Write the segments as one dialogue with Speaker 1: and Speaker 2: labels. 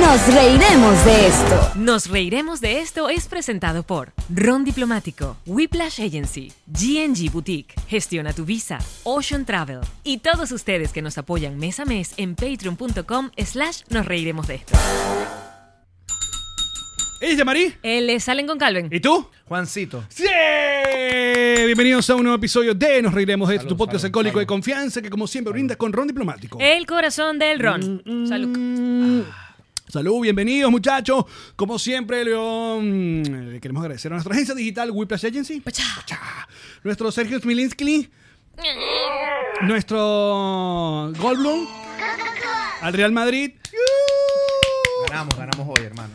Speaker 1: Nos reiremos de esto.
Speaker 2: Nos reiremos de esto es presentado por Ron Diplomático, Whiplash Agency, GNG Boutique, Gestiona tu Visa, Ocean Travel y todos ustedes que nos apoyan mes a mes en patreon.com slash nos reiremos de esto.
Speaker 3: ¿Ella es Marí?
Speaker 2: Él es Eh, Salen con Calvin.
Speaker 3: ¿Y tú?
Speaker 4: Juancito.
Speaker 3: ¡Sí! Bienvenidos a un nuevo episodio de Nos Reiremos de esto, tu
Speaker 4: Salud,
Speaker 3: podcast
Speaker 4: salud,
Speaker 3: alcohólico
Speaker 4: salud.
Speaker 3: de confianza que como siempre brinda con Ron Diplomático. Ah.
Speaker 2: El corazón del Ron. Eh,
Speaker 3: mm,
Speaker 2: mm, Salud.
Speaker 3: Salud, bienvenidos muchachos. Como siempre, León, le queremos agradecer a nuestra agencia digital Whiplash Agency. Pachá. Nuestro Sergio Smilinski. nuestro Goldblum. Al Real Madrid.
Speaker 4: Ganamos, ganamos hoy, hermano.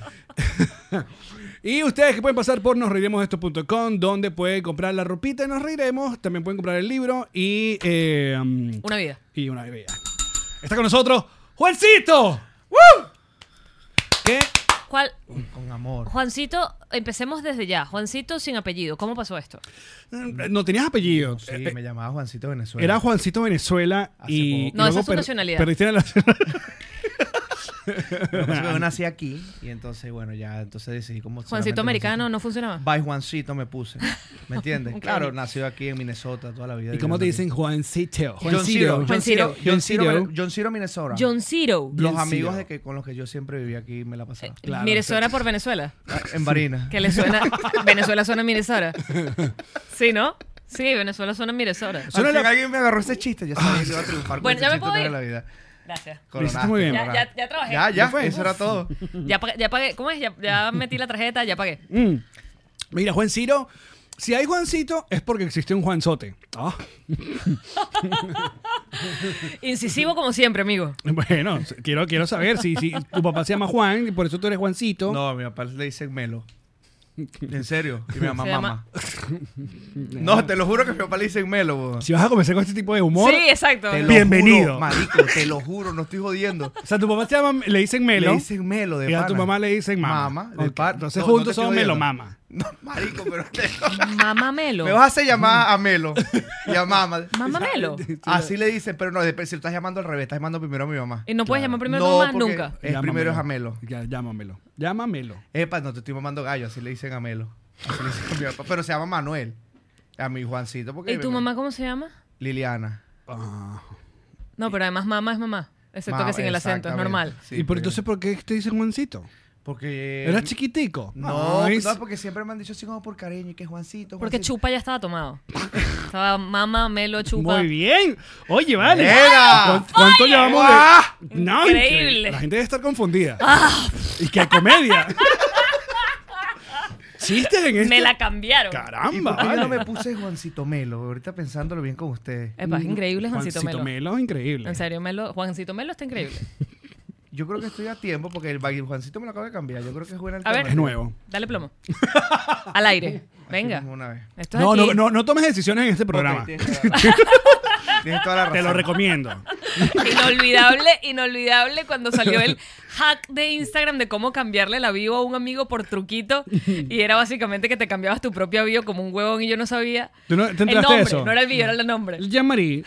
Speaker 3: Y ustedes que pueden pasar por nosreiremosdeesto.com, donde pueden comprar la ropita de Nos Reiremos. También pueden comprar el libro y, eh, um,
Speaker 2: Una vida.
Speaker 3: y una bebida. Está con nosotros Juancito. ¿Qué?
Speaker 2: ¿Cuál?
Speaker 4: Con amor.
Speaker 2: Juancito, empecemos desde ya. Juancito sin apellido. ¿Cómo pasó esto?
Speaker 3: No tenías apellido.
Speaker 4: Sí,
Speaker 3: Eh,
Speaker 4: me llamaba Juancito Venezuela.
Speaker 3: Era Juancito Venezuela
Speaker 4: Hace
Speaker 3: y.
Speaker 4: poco.
Speaker 2: No, esa
Speaker 3: y luego
Speaker 2: es su
Speaker 3: per-
Speaker 2: nacionalidad.
Speaker 3: Perdiste la nacionalidad.
Speaker 4: Lo que pasa es que Yo nací aquí y entonces, bueno, ya entonces decidí como... solamente
Speaker 2: Ah. Juancito americano no funcionaba.
Speaker 4: By Juancito me puse. ¿Me entiendes?
Speaker 2: Ok.
Speaker 4: Claro, nacido aquí en Minnesota toda la vida.
Speaker 3: ¿Y cómo te dicen
Speaker 4: viviendo
Speaker 3: Juancito?
Speaker 4: aquí. John Ciro.
Speaker 3: Juan
Speaker 4: John Ciro.
Speaker 2: Juancito.
Speaker 4: John Ciro,
Speaker 3: Juancito.
Speaker 4: John Ciro, Minnesota.
Speaker 2: John Ciro.
Speaker 4: Los
Speaker 3: John
Speaker 4: amigos
Speaker 3: Ciro.
Speaker 4: de que, con los que yo siempre viví aquí me la pasaba.
Speaker 3: Claro,
Speaker 2: Miresora por Venezuela.
Speaker 4: Ah, En Barina.
Speaker 2: Que le suena. Venezuela suena a Miresora. Sí, ¿no? Sí, Venezuela suena a Miresora.
Speaker 4: Solo
Speaker 3: Solo la-
Speaker 4: alguien me agarró ese chiste. Ya sabía que iba a triunfar con
Speaker 2: Bueno,
Speaker 4: ese
Speaker 2: ya me
Speaker 4: chiste
Speaker 2: puedo
Speaker 4: toda
Speaker 2: ir.
Speaker 4: la vida.
Speaker 2: Gracias.
Speaker 3: Lo hiciste muy
Speaker 4: Coronaste,
Speaker 2: Ya,
Speaker 3: bien.
Speaker 2: ya,
Speaker 4: coronaste.
Speaker 2: ya trabajé.
Speaker 4: Ya, ya,
Speaker 3: fue.
Speaker 4: eso era todo.
Speaker 2: Ya, pa- ya pagué. ¿Cómo es? Ya, ya metí la tarjeta, ya pagué.
Speaker 3: Mm. Mira, Juan Ciro, si hay Juancito es porque existe un Juanzote. Ah,
Speaker 2: Incisivo como siempre, amigo.
Speaker 3: bueno, quiero, quiero saber si, si tu papá se llama Juan y por eso tú eres Juancito.
Speaker 4: No, a mi papá le dicen Melo. ¿En serio? Y mi mamá,
Speaker 2: Se llama-
Speaker 4: mamá. No, te lo juro que a mi papá le dicen Melo, weón.
Speaker 3: Si vas a comenzar con este tipo de humor,
Speaker 2: Sí, exacto.
Speaker 4: Te lo
Speaker 3: Bienvenido.
Speaker 4: juro, marico, te lo juro, no estoy jodiendo.
Speaker 3: o sea, tu papá se llama, le dicen Melo
Speaker 4: Le dicen Melo de
Speaker 3: y a
Speaker 4: pana.
Speaker 3: tu mamá le dicen Mama.
Speaker 4: Mama, de
Speaker 3: Ok,
Speaker 4: par-
Speaker 3: Entonces
Speaker 4: no, no te
Speaker 3: juntos
Speaker 4: estoy
Speaker 3: son Melo
Speaker 4: jodiendo.
Speaker 3: Mama.
Speaker 4: No, marico, pero te-
Speaker 2: Mamá Melo.
Speaker 4: me vas a hacer llamar a Melo y a mamá.
Speaker 2: Mamá Melo.
Speaker 4: Así le dicen, pero no, dep- si lo estás llamando al revés, estás llamando primero a mi mamá.
Speaker 2: Y no puedes llamar primero
Speaker 4: No,
Speaker 2: mamá
Speaker 4: porque-
Speaker 2: nunca.
Speaker 4: El primero es a Melo.
Speaker 3: Ya, llámamelo. Llámamelo.
Speaker 4: Epa, no te estoy mamando gallo, así le dicen a Melo. Así le dicen a mi papá. Pero se llama Manuel. A mi Juancito. Porque
Speaker 2: ¿Y tu mamá cómo se llama?
Speaker 4: Liliana.
Speaker 3: Ah.
Speaker 2: No, pero además mamá es mamá. Excepto que
Speaker 4: Mamá,
Speaker 2: sin el acento, es
Speaker 4: exactamente.
Speaker 2: normal.
Speaker 4: Sí,
Speaker 3: ¿Y por
Speaker 4: porque-
Speaker 3: entonces por qué te dicen Juancito?
Speaker 4: Porque.
Speaker 3: ¿Eras chiquitico? Ah,
Speaker 4: No,
Speaker 3: Ay,
Speaker 4: no, porque siempre me han dicho así como por cariño y que Juancito.
Speaker 2: Porque
Speaker 4: Juancito.
Speaker 2: chupa ya estaba tomado. Estaba mamá, melo, chupa.
Speaker 3: Muy bien. Oye, vale.
Speaker 4: ¡Era!
Speaker 3: ¿Cuán- ¿Cuánto llevamos de-
Speaker 4: ¡Ah!
Speaker 3: No,
Speaker 2: Increíble. Ah.
Speaker 3: La gente debe estar confundida. Y que hay comedia. Chistes en este.
Speaker 2: Me la cambiaron.
Speaker 4: ¿Y
Speaker 3: Caramba,
Speaker 4: por qué yo
Speaker 3: vale.
Speaker 4: no me puse Juancito Melo? Ahorita pensándolo bien con ustedes.
Speaker 2: Epa, es increíble
Speaker 4: Mm,
Speaker 2: Juancito, Melo.
Speaker 3: es increíble.
Speaker 2: En serio, Melo, Juancito Melo está increíble.
Speaker 4: Yo creo que estoy a tiempo porque el bagui- Juancito me lo acabo de cambiar. Yo creo que es buena
Speaker 2: A ver.
Speaker 3: Es nuevo.
Speaker 2: Dale plomo. Al aire. Venga. Eh,
Speaker 4: Una vez.
Speaker 2: Esto es
Speaker 3: No,
Speaker 2: aquí.
Speaker 3: no, no, no tomes decisiones en este programa.
Speaker 4: Ok, tienes toda la razón. Tienes toda la razón.
Speaker 3: Te lo recomiendo.
Speaker 2: Inolvidable, inolvidable cuando salió el hack de Instagram de cómo cambiarle la bio a un amigo por truquito. Y era básicamente que te cambiabas tu propia bio como un huevón y yo no sabía.
Speaker 3: ¿Tú no- te
Speaker 2: el
Speaker 3: enteraste de
Speaker 2: nombre,
Speaker 3: eso?
Speaker 2: no era el bio, era el nombre.
Speaker 3: Jean-Marie.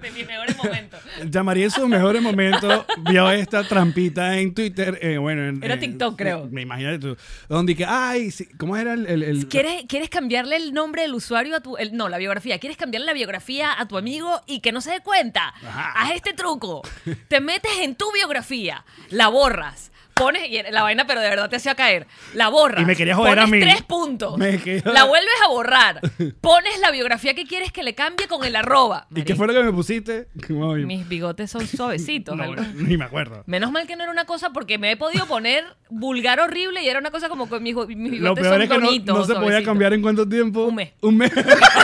Speaker 2: De mis mejores momentos.
Speaker 3: Llamaría en sus mejores momentos, vio esta trampita en Twitter, eh, bueno, en-
Speaker 2: Era
Speaker 3: en-
Speaker 2: TikTok, creo.
Speaker 3: Me imagino tú, donde que, ay, sí, ¿cómo era el, el- el-
Speaker 2: ¿Quieres, ¿Quieres cambiarle el nombre del usuario a tu... el- no, la biografía. ¿Quieres cambiarle la biografía a tu amigo y que no se dé cuenta?
Speaker 3: Ajá.
Speaker 2: Haz este truco. Te metes en tu biografía, la borras, pones y era la vaina, pero de verdad te hacía caer. La borras.
Speaker 3: Y me quería joder
Speaker 2: pones
Speaker 3: a mí.
Speaker 2: tres puntos.
Speaker 3: Me quería-
Speaker 2: La vuelves a borrar. Pones la biografía que quieres que le cambie con el arroba.
Speaker 3: ¿Y qué fue lo que me pusiste? Como-
Speaker 2: Mis bigotes son suavecitos.
Speaker 3: no,
Speaker 2: algo.
Speaker 3: ni me acuerdo.
Speaker 2: Menos mal que no era una cosa porque me he podido poner vulgar horrible y era una cosa como que mis, mis bigotes
Speaker 3: Lo peor
Speaker 2: son
Speaker 3: es que no-
Speaker 2: tonitos,
Speaker 3: no, se podía
Speaker 2: suavecitos.
Speaker 3: cambiar en cuánto tiempo.
Speaker 2: Un mes.
Speaker 3: Un mes.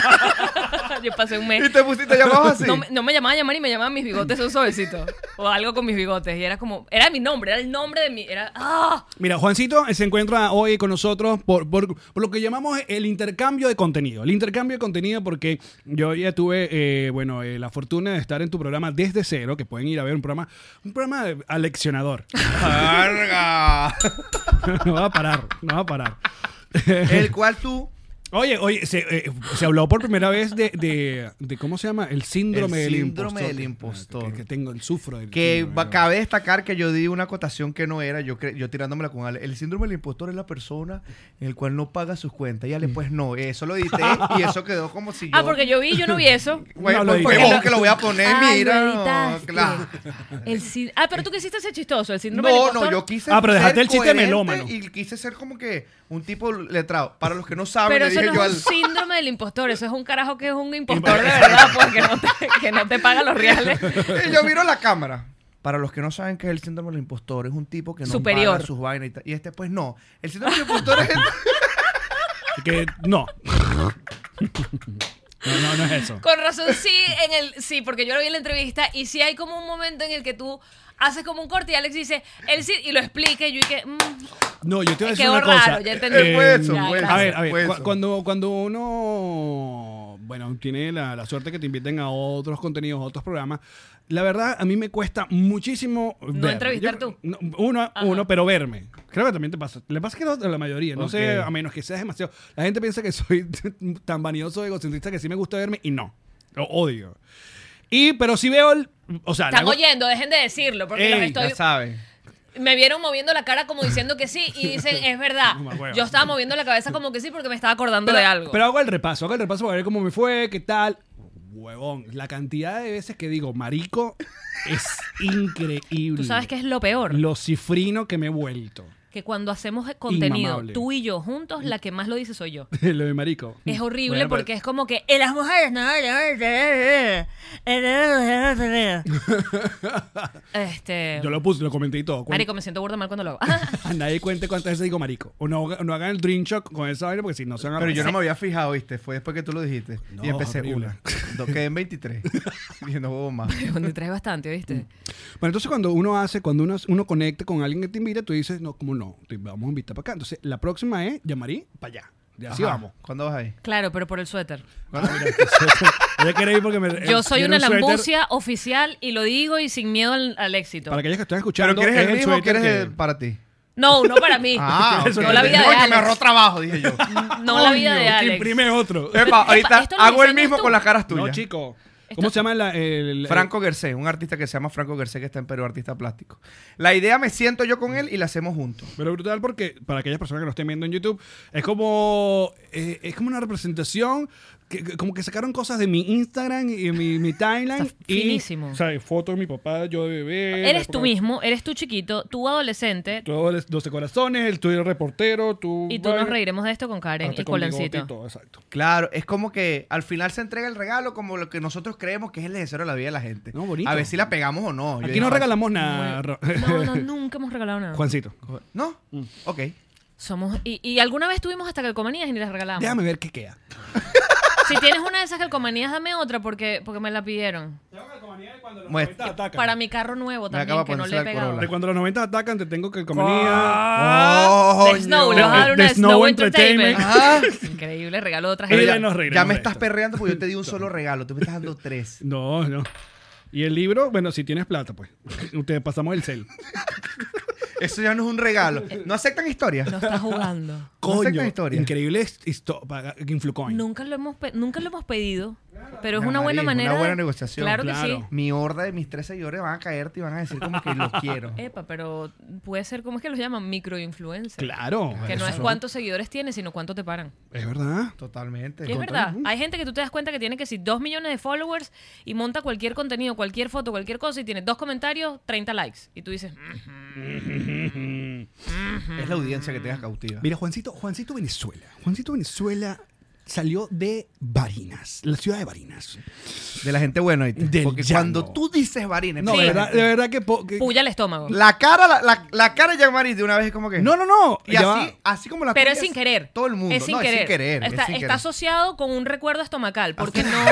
Speaker 2: Yo pasé un mes.
Speaker 4: ¿Y te pusiste llamado así?
Speaker 2: No, me- no me llamaba a llamar y me llamaban mis bigotes son suavecitos. O algo con mis bigotes. Y era como. Era mi nombre, era el nombre de mi. Era. ¡Ah!
Speaker 3: Mira, Juancito eh, se encuentra hoy con nosotros por, por, por lo que llamamos el intercambio de contenido. El intercambio de contenido porque yo ya tuve, eh, bueno, eh, la fortuna de estar en tu programa desde cero, que pueden ir a ver un programa, un programa eh, aleccionador.
Speaker 4: ¡Carga!
Speaker 3: no va a parar, no va a parar.
Speaker 4: El cual tú
Speaker 3: Oye, oye, se, eh, se habló por primera vez de, de, de ¿cómo se llama? El síndrome,
Speaker 4: El
Speaker 3: del
Speaker 4: síndrome
Speaker 3: impostor. Ah,
Speaker 4: del impostor.
Speaker 3: Que, que tengo, el sufro del
Speaker 4: Que
Speaker 3: síndrome,
Speaker 4: va-
Speaker 3: ¿no?
Speaker 4: cabe destacar que yo di una acotación que no era, yo, cre- yo tirándomela con Ale. El síndrome del impostor es la persona en el cual no paga sus cuentas. Y Ale, pues no, eso lo edité y eso quedó como si yo...
Speaker 2: Ah, porque yo vi, yo no vi eso.
Speaker 4: Güey,
Speaker 3: No, lo
Speaker 4: porque
Speaker 3: edité.
Speaker 4: vos que lo voy a poner,
Speaker 2: Ay,
Speaker 4: mira.
Speaker 2: lo
Speaker 4: no,
Speaker 2: editaste.
Speaker 4: claro.
Speaker 2: El sí- ah, pero tú quisiste ser chistoso, el síndrome del
Speaker 4: No,
Speaker 2: impostor.
Speaker 4: no, yo quise.
Speaker 3: Ah, pero
Speaker 4: ser
Speaker 3: dejaste el chiste
Speaker 4: coherente
Speaker 3: melómano.
Speaker 4: Y quise ser como que un tipo letrado. Para los que no saben,
Speaker 2: Pero
Speaker 4: le
Speaker 2: eso
Speaker 4: dije yo
Speaker 2: no es
Speaker 4: al.
Speaker 2: un síndrome del impostor, eso es un carajo que es un impostor de verdad, porque no te, que no te paga los reales.
Speaker 4: Y yo miro la cámara. Para los que no saben qué es el síndrome del impostor, es un tipo que no
Speaker 2: Superior.
Speaker 4: paga sus vainas y tal. Y este, pues no. El síndrome del impostor es.
Speaker 3: Que no. no, no, no es eso.
Speaker 2: Con razón, sí, en el, sí, porque yo lo vi en la entrevista y sí hay como un momento en el que tú haces como un corte y Alex dice, él sí, y lo explica y yo y que... mm,
Speaker 3: No, yo te voy a decir
Speaker 2: Quedó
Speaker 3: una cosa.
Speaker 2: raro, ya entendí.
Speaker 4: Eh, Fue eso,
Speaker 2: fue eso,
Speaker 3: a ver, a ver,
Speaker 4: fue
Speaker 3: cu-
Speaker 4: eso.
Speaker 3: cuando, cuando uno, bueno, tiene la, la suerte que te inviten a otros contenidos, a otros programas, la verdad a mí me cuesta muchísimo verme.
Speaker 2: entrevistar
Speaker 3: Yo-
Speaker 2: tú.
Speaker 3: no, uno, uno, pero verme. Creo que también te pasa. Le pasa que no- a la mayoría, no sé,
Speaker 4: Ok.
Speaker 3: a menos que seas demasiado. La gente piensa que soy tan vanidoso, egocentrista que sí me gusta verme y no. Lo odio. Y, pero si veo el, o sea, le
Speaker 2: Están
Speaker 3: hago-
Speaker 2: oyendo, dejen de decirlo, porque los
Speaker 3: Ey,
Speaker 2: estoy,
Speaker 4: saben.
Speaker 2: me vieron moviendo la cara como diciendo que sí y dicen, es verdad.
Speaker 3: Mamá hueva.
Speaker 2: Yo estaba moviendo la cabeza como que sí porque me estaba acordando de algo.
Speaker 3: Pero hago el repaso, hago el repaso para ver cómo me fue, qué tal. Huevón, la cantidad de veces que digo marico es increíble.
Speaker 2: Tú sabes que es lo peor,
Speaker 3: Lo cifrino que me he vuelto.
Speaker 2: que cuando hacemos contenido,
Speaker 3: Inmamable.
Speaker 2: tú y yo juntos, la que más lo dice soy yo.
Speaker 3: lo de marico.
Speaker 2: Es horrible
Speaker 4: Bueno, pero-
Speaker 2: porque es como que "Eh, las mujeres no, no, no, no". este
Speaker 3: Yo lo puse, lo comenté y todo. Cuen-
Speaker 2: Marico, me siento burda mal cuando lo hago.
Speaker 3: A nadie cuente cuántas veces digo marico. O no, haga- no hagan el dream shock con esa vaina porque si no se van a
Speaker 4: Pero yo no
Speaker 3: arrasar.
Speaker 4: me había fijado, ¿viste? Fue después que tú lo dijiste.
Speaker 3: No,
Speaker 4: y empecé
Speaker 3: horrible.
Speaker 4: una. Dos, quedé en 23. Dije, no hubo más.
Speaker 2: Cuando traes bastante,
Speaker 3: Mm.
Speaker 2: ¿viste?
Speaker 3: Bueno, entonces cuando uno hace, cuando uno, uno conecta con alguien que te invita, tú dices, no, como no, te vamos a invitar para acá. Entonces la próxima es llamarí para allá. Y así
Speaker 4: Ajá.
Speaker 3: vamos.
Speaker 4: ¿Cuándo vas ahí?
Speaker 2: Claro, pero por el suéter.
Speaker 3: Ah, Yo quiero ir porque me- eh,
Speaker 2: Yo soy
Speaker 3: quiero
Speaker 2: una
Speaker 3: un suéter.
Speaker 2: lambucia oficial y lo digo y sin miedo al, al éxito.
Speaker 3: Para aquellos que están
Speaker 4: ¿Pero
Speaker 3: escuchando,
Speaker 4: quieres
Speaker 3: es
Speaker 4: el mismo o
Speaker 3: suéter
Speaker 4: quieres
Speaker 3: que-
Speaker 4: el para ti?
Speaker 2: No, no para mí.
Speaker 4: Ah,
Speaker 3: Eso
Speaker 4: ok.
Speaker 2: no la vida de
Speaker 4: Oye,
Speaker 2: Alex.
Speaker 4: me ahorró trabajo, dije yo.
Speaker 2: No la vida de
Speaker 3: Coño, que
Speaker 2: Alex.
Speaker 3: imprime otro.
Speaker 4: Epa, ahorita
Speaker 2: esto lo
Speaker 4: hago el
Speaker 2: diseñas
Speaker 4: mismo
Speaker 2: tú.
Speaker 4: con las caras tuyas.
Speaker 3: No, chico. ¿Cómo se llama la, el, el-
Speaker 4: Franco Gercé, un artista que se llama Franco Gercé, que está en Perú, artista plástico. La idea me siento yo con él y la hacemos juntos.
Speaker 3: Pero brutal porque para aquellas personas que lo estén viendo en YouTube, es como eh, es como una representación que, que- como que sacaron cosas de mi Instagram y mi, mi timeline
Speaker 2: Está
Speaker 3: y
Speaker 2: finísimo.
Speaker 3: o sea, fotos de mi papá, yo de bebé, la
Speaker 2: Eres
Speaker 3: época-
Speaker 2: tú mismo, eres tú chiquito, tú adolescente
Speaker 3: Todo el 12 corazones, el tuyo reportero, tú
Speaker 2: y tú nos reiremos de esto con Karen
Speaker 3: hasta
Speaker 2: y
Speaker 3: con bigote
Speaker 2: Colancito.
Speaker 3: y todo, exacto.
Speaker 4: Claro, es como que al final se entrega el regalo como lo que nosotros creemos que es el necesario de la vida de la gente.
Speaker 3: No, bonito.
Speaker 4: A ver si la pegamos o no. Yo
Speaker 3: Aquí
Speaker 4: dije,
Speaker 3: no
Speaker 4: "Fácil".
Speaker 3: regalamos nada. Ro-
Speaker 2: No, no, nunca hemos regalado nada.
Speaker 3: Juancito.
Speaker 4: ¿No?
Speaker 3: Mm.
Speaker 4: Ok.
Speaker 2: Somos y, y alguna vez tuvimos hasta calcomanías y ni las regalamos.
Speaker 3: Déjame ver qué queda.
Speaker 2: Si tienes una de esas calcomanías, dame otra porque, porque me la pidieron.
Speaker 4: Muestra.
Speaker 2: Para mi carro nuevo
Speaker 4: Me
Speaker 2: también,
Speaker 4: acaba de
Speaker 2: que no
Speaker 4: ponerse
Speaker 2: le he
Speaker 4: la
Speaker 2: pegado.
Speaker 4: Corolla.
Speaker 3: De cuando los 90 atacan, te tengo que comer.
Speaker 2: Ah.
Speaker 3: Oh.
Speaker 4: Coño. Ah.
Speaker 2: de Snow, le vas a dar una de Snow, Entertainment. Increíble, regalo de otra
Speaker 3: Y
Speaker 2: gente.
Speaker 3: de nos
Speaker 4: Ya
Speaker 3: reiremos
Speaker 4: me
Speaker 3: de
Speaker 4: estás
Speaker 3: esto.
Speaker 4: perreando porque yo te di un solo regalo. Tú me estás dando tres.
Speaker 3: No, no. Y el libro, bueno, si tienes plata, pues. Ustedes pasamos el cel.
Speaker 4: Eso ya no es un regalo. ¿No aceptan historias?
Speaker 2: No está jugando.
Speaker 4: No sé qué historia.
Speaker 3: Increíble histo- paga- Influcoin.
Speaker 2: Nunca lo hemos, pe- nunca lo hemos pedido, pero es
Speaker 4: Ya,
Speaker 2: una buena
Speaker 4: marico, una
Speaker 2: manera.
Speaker 4: buena negociación,
Speaker 2: Claro, que
Speaker 3: claro.
Speaker 4: Mi horda de mis tres seguidores van a caerte y van a decir como que los quiero.
Speaker 2: sí. Epa, pero puede ser, ¿cómo es que los llaman? Microinfluencer.
Speaker 3: Claro.
Speaker 2: Que no
Speaker 3: eso
Speaker 2: es cuántos seguidores tienes, sino cuánto te paran.
Speaker 3: Es verdad.
Speaker 4: Totalmente.
Speaker 2: Y es verdad. Hay gente que tú te das cuenta que tiene que si dos millones de followers y monta cualquier contenido, cualquier foto, cualquier cosa y tiene dos comentarios, 30 likes. Y tú dices, "Mm".
Speaker 4: Es la audiencia que
Speaker 2: Mm.
Speaker 4: tengas cautiva.
Speaker 3: Mira, Juancito, Juancito Venezuela. Juancito Venezuela salió de Barinas, la ciudad de Barinas.
Speaker 4: De la gente buena, ¿oíste?
Speaker 3: Del
Speaker 4: Porque
Speaker 3: Django.
Speaker 4: cuando tú dices varines,
Speaker 3: No,
Speaker 2: Sí.
Speaker 3: de verdad, de verdad que, po- que-
Speaker 2: puya el estómago.
Speaker 4: la cara, la, la, la cara de Jean Marie de una vez es como que.
Speaker 3: No, no, no.
Speaker 4: Y
Speaker 3: ya
Speaker 4: así,
Speaker 3: va.
Speaker 4: así como la
Speaker 2: Pero
Speaker 4: tuya
Speaker 2: es sin querer.
Speaker 4: Todo el mundo.
Speaker 2: Es sin,
Speaker 4: No,
Speaker 2: querer.
Speaker 4: Es sin querer. es
Speaker 2: Está,
Speaker 4: sin
Speaker 2: está
Speaker 4: querer.
Speaker 2: asociado con un recuerdo estomacal, porque no...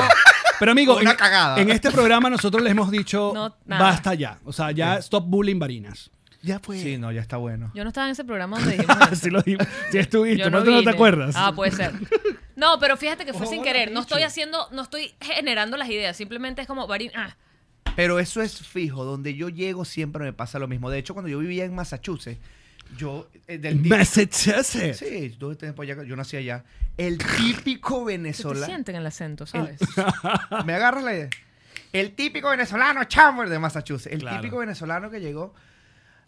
Speaker 3: Pero amigo,
Speaker 4: Una
Speaker 3: en,
Speaker 4: cagada.
Speaker 3: en este programa nosotros les hemos dicho
Speaker 2: No, nada.
Speaker 3: basta ya. O sea, ya stop bullying Barinas. Ya fue.
Speaker 4: Sí, no, ya está bueno.
Speaker 2: Yo no estaba en ese programa donde dijimos eso.
Speaker 3: Así lo dijimos. Sí estuviste,
Speaker 2: Yo
Speaker 3: pero tú no te
Speaker 2: vine.
Speaker 3: acuerdas.
Speaker 2: Ah, puede ser. No, pero fíjate que fue sin
Speaker 3: Joder,
Speaker 2: querer. No estoy
Speaker 3: bicho.
Speaker 2: haciendo, no estoy generando las ideas. Simplemente es como, Barín, ah,
Speaker 4: Pero eso es fijo. Donde yo llego siempre me pasa lo mismo. De hecho, cuando yo vivía en Massachusetts, Yo, eh, del típico-
Speaker 3: Massachusetts.
Speaker 4: Sí, yo, estoy por allá, yo nací allá. El típico
Speaker 2: Se te
Speaker 4: venezolano.
Speaker 2: sienten el acento, ¿sabes?
Speaker 4: Me agarras la idea. El típico venezolano, chamo, el de Massachusetts. El
Speaker 3: Claro.
Speaker 4: típico venezolano que llegó.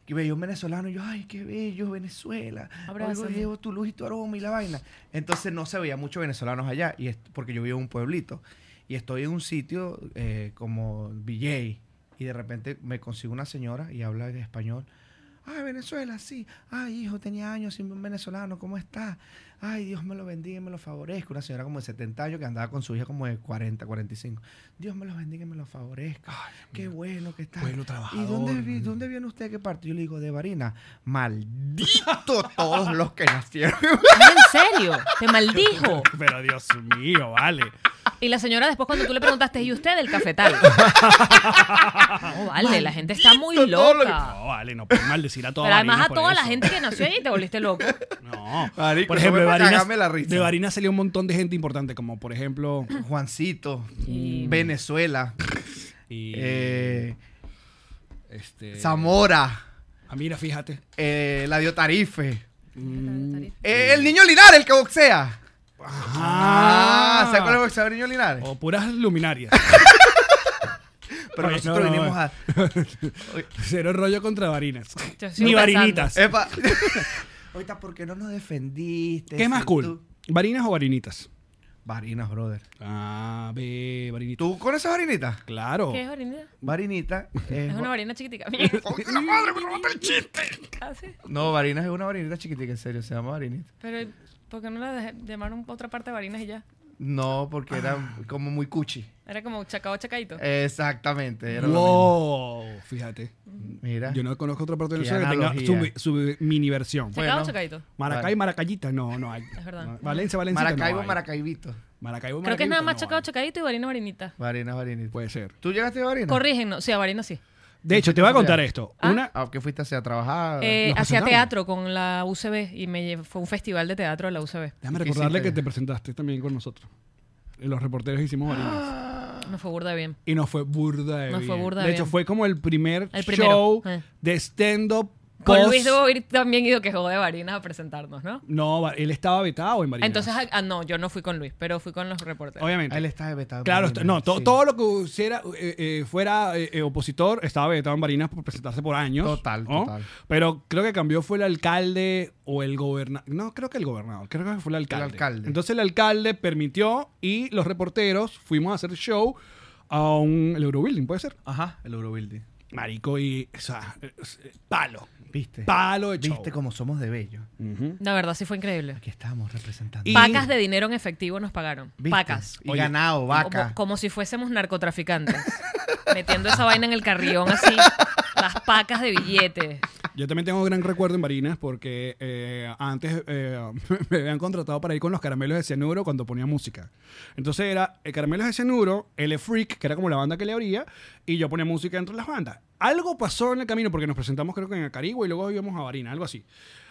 Speaker 4: Que veía un venezolano y yo, ay, qué bello, Venezuela. Algo
Speaker 2: Abrázame.
Speaker 4: llevo tu luz y tu aroma y la vaina. Entonces no se veía muchos venezolanos allá, y es porque yo vivo en un pueblito. Y estoy en un sitio eh, como VJ, y de repente me consigo una señora y habla en español. Ay, Venezuela, sí. Ay, hijo, tenía años sin ver un venezolano, ¿cómo está? Ay, Dios me lo bendiga y me lo favorezca. Una señora como de 70 años que andaba con su hija como de 40, 45. Dios me los bendiga y me lo favorezca. Qué bueno que está.
Speaker 3: pueblo
Speaker 4: ¿Y dónde,
Speaker 3: trabajador.
Speaker 4: vi- dónde viene usted? ¿Qué parte? Yo le digo, de Barinas. Maldito todos los que nacieron.
Speaker 2: ¿En serio? Te maldijo.
Speaker 3: Pero Dios mío, vale.
Speaker 2: Y la señora después cuando tú le preguntaste, ¿y usted del cafetal? No, vale, la gente está muy
Speaker 4: todo lo que-
Speaker 2: loca.
Speaker 3: No, vale, no puedes maldecir a toda
Speaker 2: Ah. Pero además
Speaker 3: Barinas
Speaker 2: a
Speaker 3: por
Speaker 2: toda la
Speaker 3: eso.
Speaker 2: gente que nació allí te volviste loco.
Speaker 3: No.
Speaker 4: Marico,
Speaker 3: por ejemplo, de
Speaker 4: no me
Speaker 3: Barinas,
Speaker 4: cagame la risa.
Speaker 3: de Barinas salió un montón de gente importante, como por ejemplo.
Speaker 4: Juancito, Venezuela,
Speaker 3: y,
Speaker 4: eh,
Speaker 3: este,
Speaker 4: Zamora,
Speaker 3: Ah, mira, fíjate.
Speaker 4: eh, la Diotarife,
Speaker 2: Pero
Speaker 4: eh, el niño Linares, el que boxea. Ah, ¿sabes cuál es el
Speaker 3: Ah,
Speaker 4: boxeador niño Linares?
Speaker 3: O puras luminarias.
Speaker 4: Pero
Speaker 3: Oye, no,
Speaker 4: nosotros
Speaker 3: no,
Speaker 4: vinimos a.
Speaker 3: Cero rollo contra Barinas.
Speaker 2: Yo sigo pensando.
Speaker 3: Ni Barinitas.
Speaker 4: Epa. Ahorita, ¿por qué no nos defendiste?
Speaker 3: ¿Qué es más
Speaker 4: Si
Speaker 3: cool?
Speaker 4: tú-
Speaker 3: ¿Barinas o Barinitas?
Speaker 4: Varinas, brother.
Speaker 3: Ah, ve, Barinitas.
Speaker 4: ¿Tú conoces varinitas?
Speaker 3: Claro.
Speaker 2: ¿Qué es varinita?
Speaker 4: Varinita
Speaker 2: Es
Speaker 4: es.
Speaker 2: una varina chiquitica.
Speaker 4: ¡Ay, la madre, me robaste el chiste!
Speaker 2: Ah, sí.
Speaker 4: No, varinas es una varinita chiquitica, en serio, se llama varinita.
Speaker 2: Pero ¿por qué no la dejé- llamaron otra parte de varinas y ya?
Speaker 4: No, porque era
Speaker 3: Ah.
Speaker 4: como muy cuchi.
Speaker 2: Era como chacao chacaito.
Speaker 3: Eh,
Speaker 4: Exactamente. Era lo mismo.
Speaker 3: Wow, fíjate.
Speaker 4: Mira.
Speaker 3: Yo no conozco otra parte de
Speaker 4: Qué
Speaker 3: Venezuela que tenga su,
Speaker 4: analogía.
Speaker 3: su mini versión.
Speaker 2: chacao
Speaker 4: bueno.
Speaker 2: chacaito.
Speaker 3: Maracay, Maracayita, no, no hay.
Speaker 2: Es verdad.
Speaker 3: No, Valencia, Valencia.
Speaker 4: Maracaibo,
Speaker 3: no hay.
Speaker 4: Maracaibito.
Speaker 3: Maracaibo,
Speaker 2: Creo que es nada
Speaker 3: Maracayita,
Speaker 2: más
Speaker 3: no
Speaker 2: chacao
Speaker 3: hay.
Speaker 2: chacaito y varina varinita.
Speaker 4: Varinas, varinitas.
Speaker 3: Puede ser.
Speaker 4: ¿Tú llegaste a varinas?
Speaker 2: Corrígenos. Sí, a varina sí.
Speaker 3: De hecho, te voy a contar esto.
Speaker 2: Ah.
Speaker 3: Una,
Speaker 4: Ah, que fuiste hacia a trabajar.
Speaker 2: Eh,
Speaker 3: nos
Speaker 2: hacía
Speaker 3: presentamos.
Speaker 2: teatro con la UCB y me lle- fue un festival de teatro de la UCB.
Speaker 3: déjame
Speaker 4: ¿Qué
Speaker 3: recordarle
Speaker 4: hiciste?
Speaker 3: que te presentaste también con nosotros. Eh, Los reporteros hicimos Barinas.
Speaker 2: No fue burda bien.
Speaker 3: Y nos fue burda de
Speaker 2: Nos
Speaker 3: bien.
Speaker 2: fue burda
Speaker 3: de
Speaker 2: de
Speaker 3: hecho,
Speaker 2: bien.
Speaker 3: fue como el primer
Speaker 2: El primero.
Speaker 3: show
Speaker 2: Eh.
Speaker 3: de stand-up
Speaker 2: Con
Speaker 3: post-
Speaker 2: Luis debo ir también ido que jugó de varinas a presentarnos, ¿no?
Speaker 3: No, va- él estaba vetado en Barinas.
Speaker 2: Entonces, ah, no, yo no fui con Luis, pero fui con los reporteros.
Speaker 3: obviamente.
Speaker 4: Él está de vetado.
Speaker 3: Claro,
Speaker 4: Varinas,
Speaker 3: esto- no, to-
Speaker 4: sí.
Speaker 3: todo lo que hiciera, eh, eh, fuera eh, eh, opositor estaba vetado en Barinas por presentarse por años.
Speaker 4: Total,
Speaker 3: ¿no?
Speaker 4: total.
Speaker 3: Pero creo que cambió fue el alcalde o el gobernador. No, creo que el gobernador, creo que fue el alcalde.
Speaker 4: alcalde.
Speaker 3: Entonces el alcalde permitió y los reporteros fuimos a hacer show a un el Eurobuilding, ¿puede ser?
Speaker 4: Ajá, el Eurobuilding.
Speaker 3: Marico y, o sea, eh, eh, palo.
Speaker 4: ¿Viste?
Speaker 3: Palo de show.
Speaker 4: ¿Viste cómo somos de bello?
Speaker 3: Ujú.
Speaker 2: La verdad sí fue increíble.
Speaker 4: Aquí estamos representando.
Speaker 3: Y-
Speaker 2: Pacas de dinero en efectivo nos pagaron.
Speaker 4: ¿Viste?
Speaker 2: Pacas.
Speaker 4: Y
Speaker 3: Oye,
Speaker 4: ganado, vaca.
Speaker 2: Como, como si fuésemos narcotraficantes. metiendo esa vaina en el carrión así. Las pacas de billetes.
Speaker 3: Yo también tengo un gran recuerdo en Barinas porque eh, antes eh, me habían contratado para ir con los caramelos de cianuro cuando ponía música. Entonces era eh, caramelos de cianuro, L Freak, que era como la banda que le abría, y yo ponía música dentro de las bandas. Algo pasó en el camino porque nos presentamos creo que en Acarigua y luego íbamos a Barinas, algo así.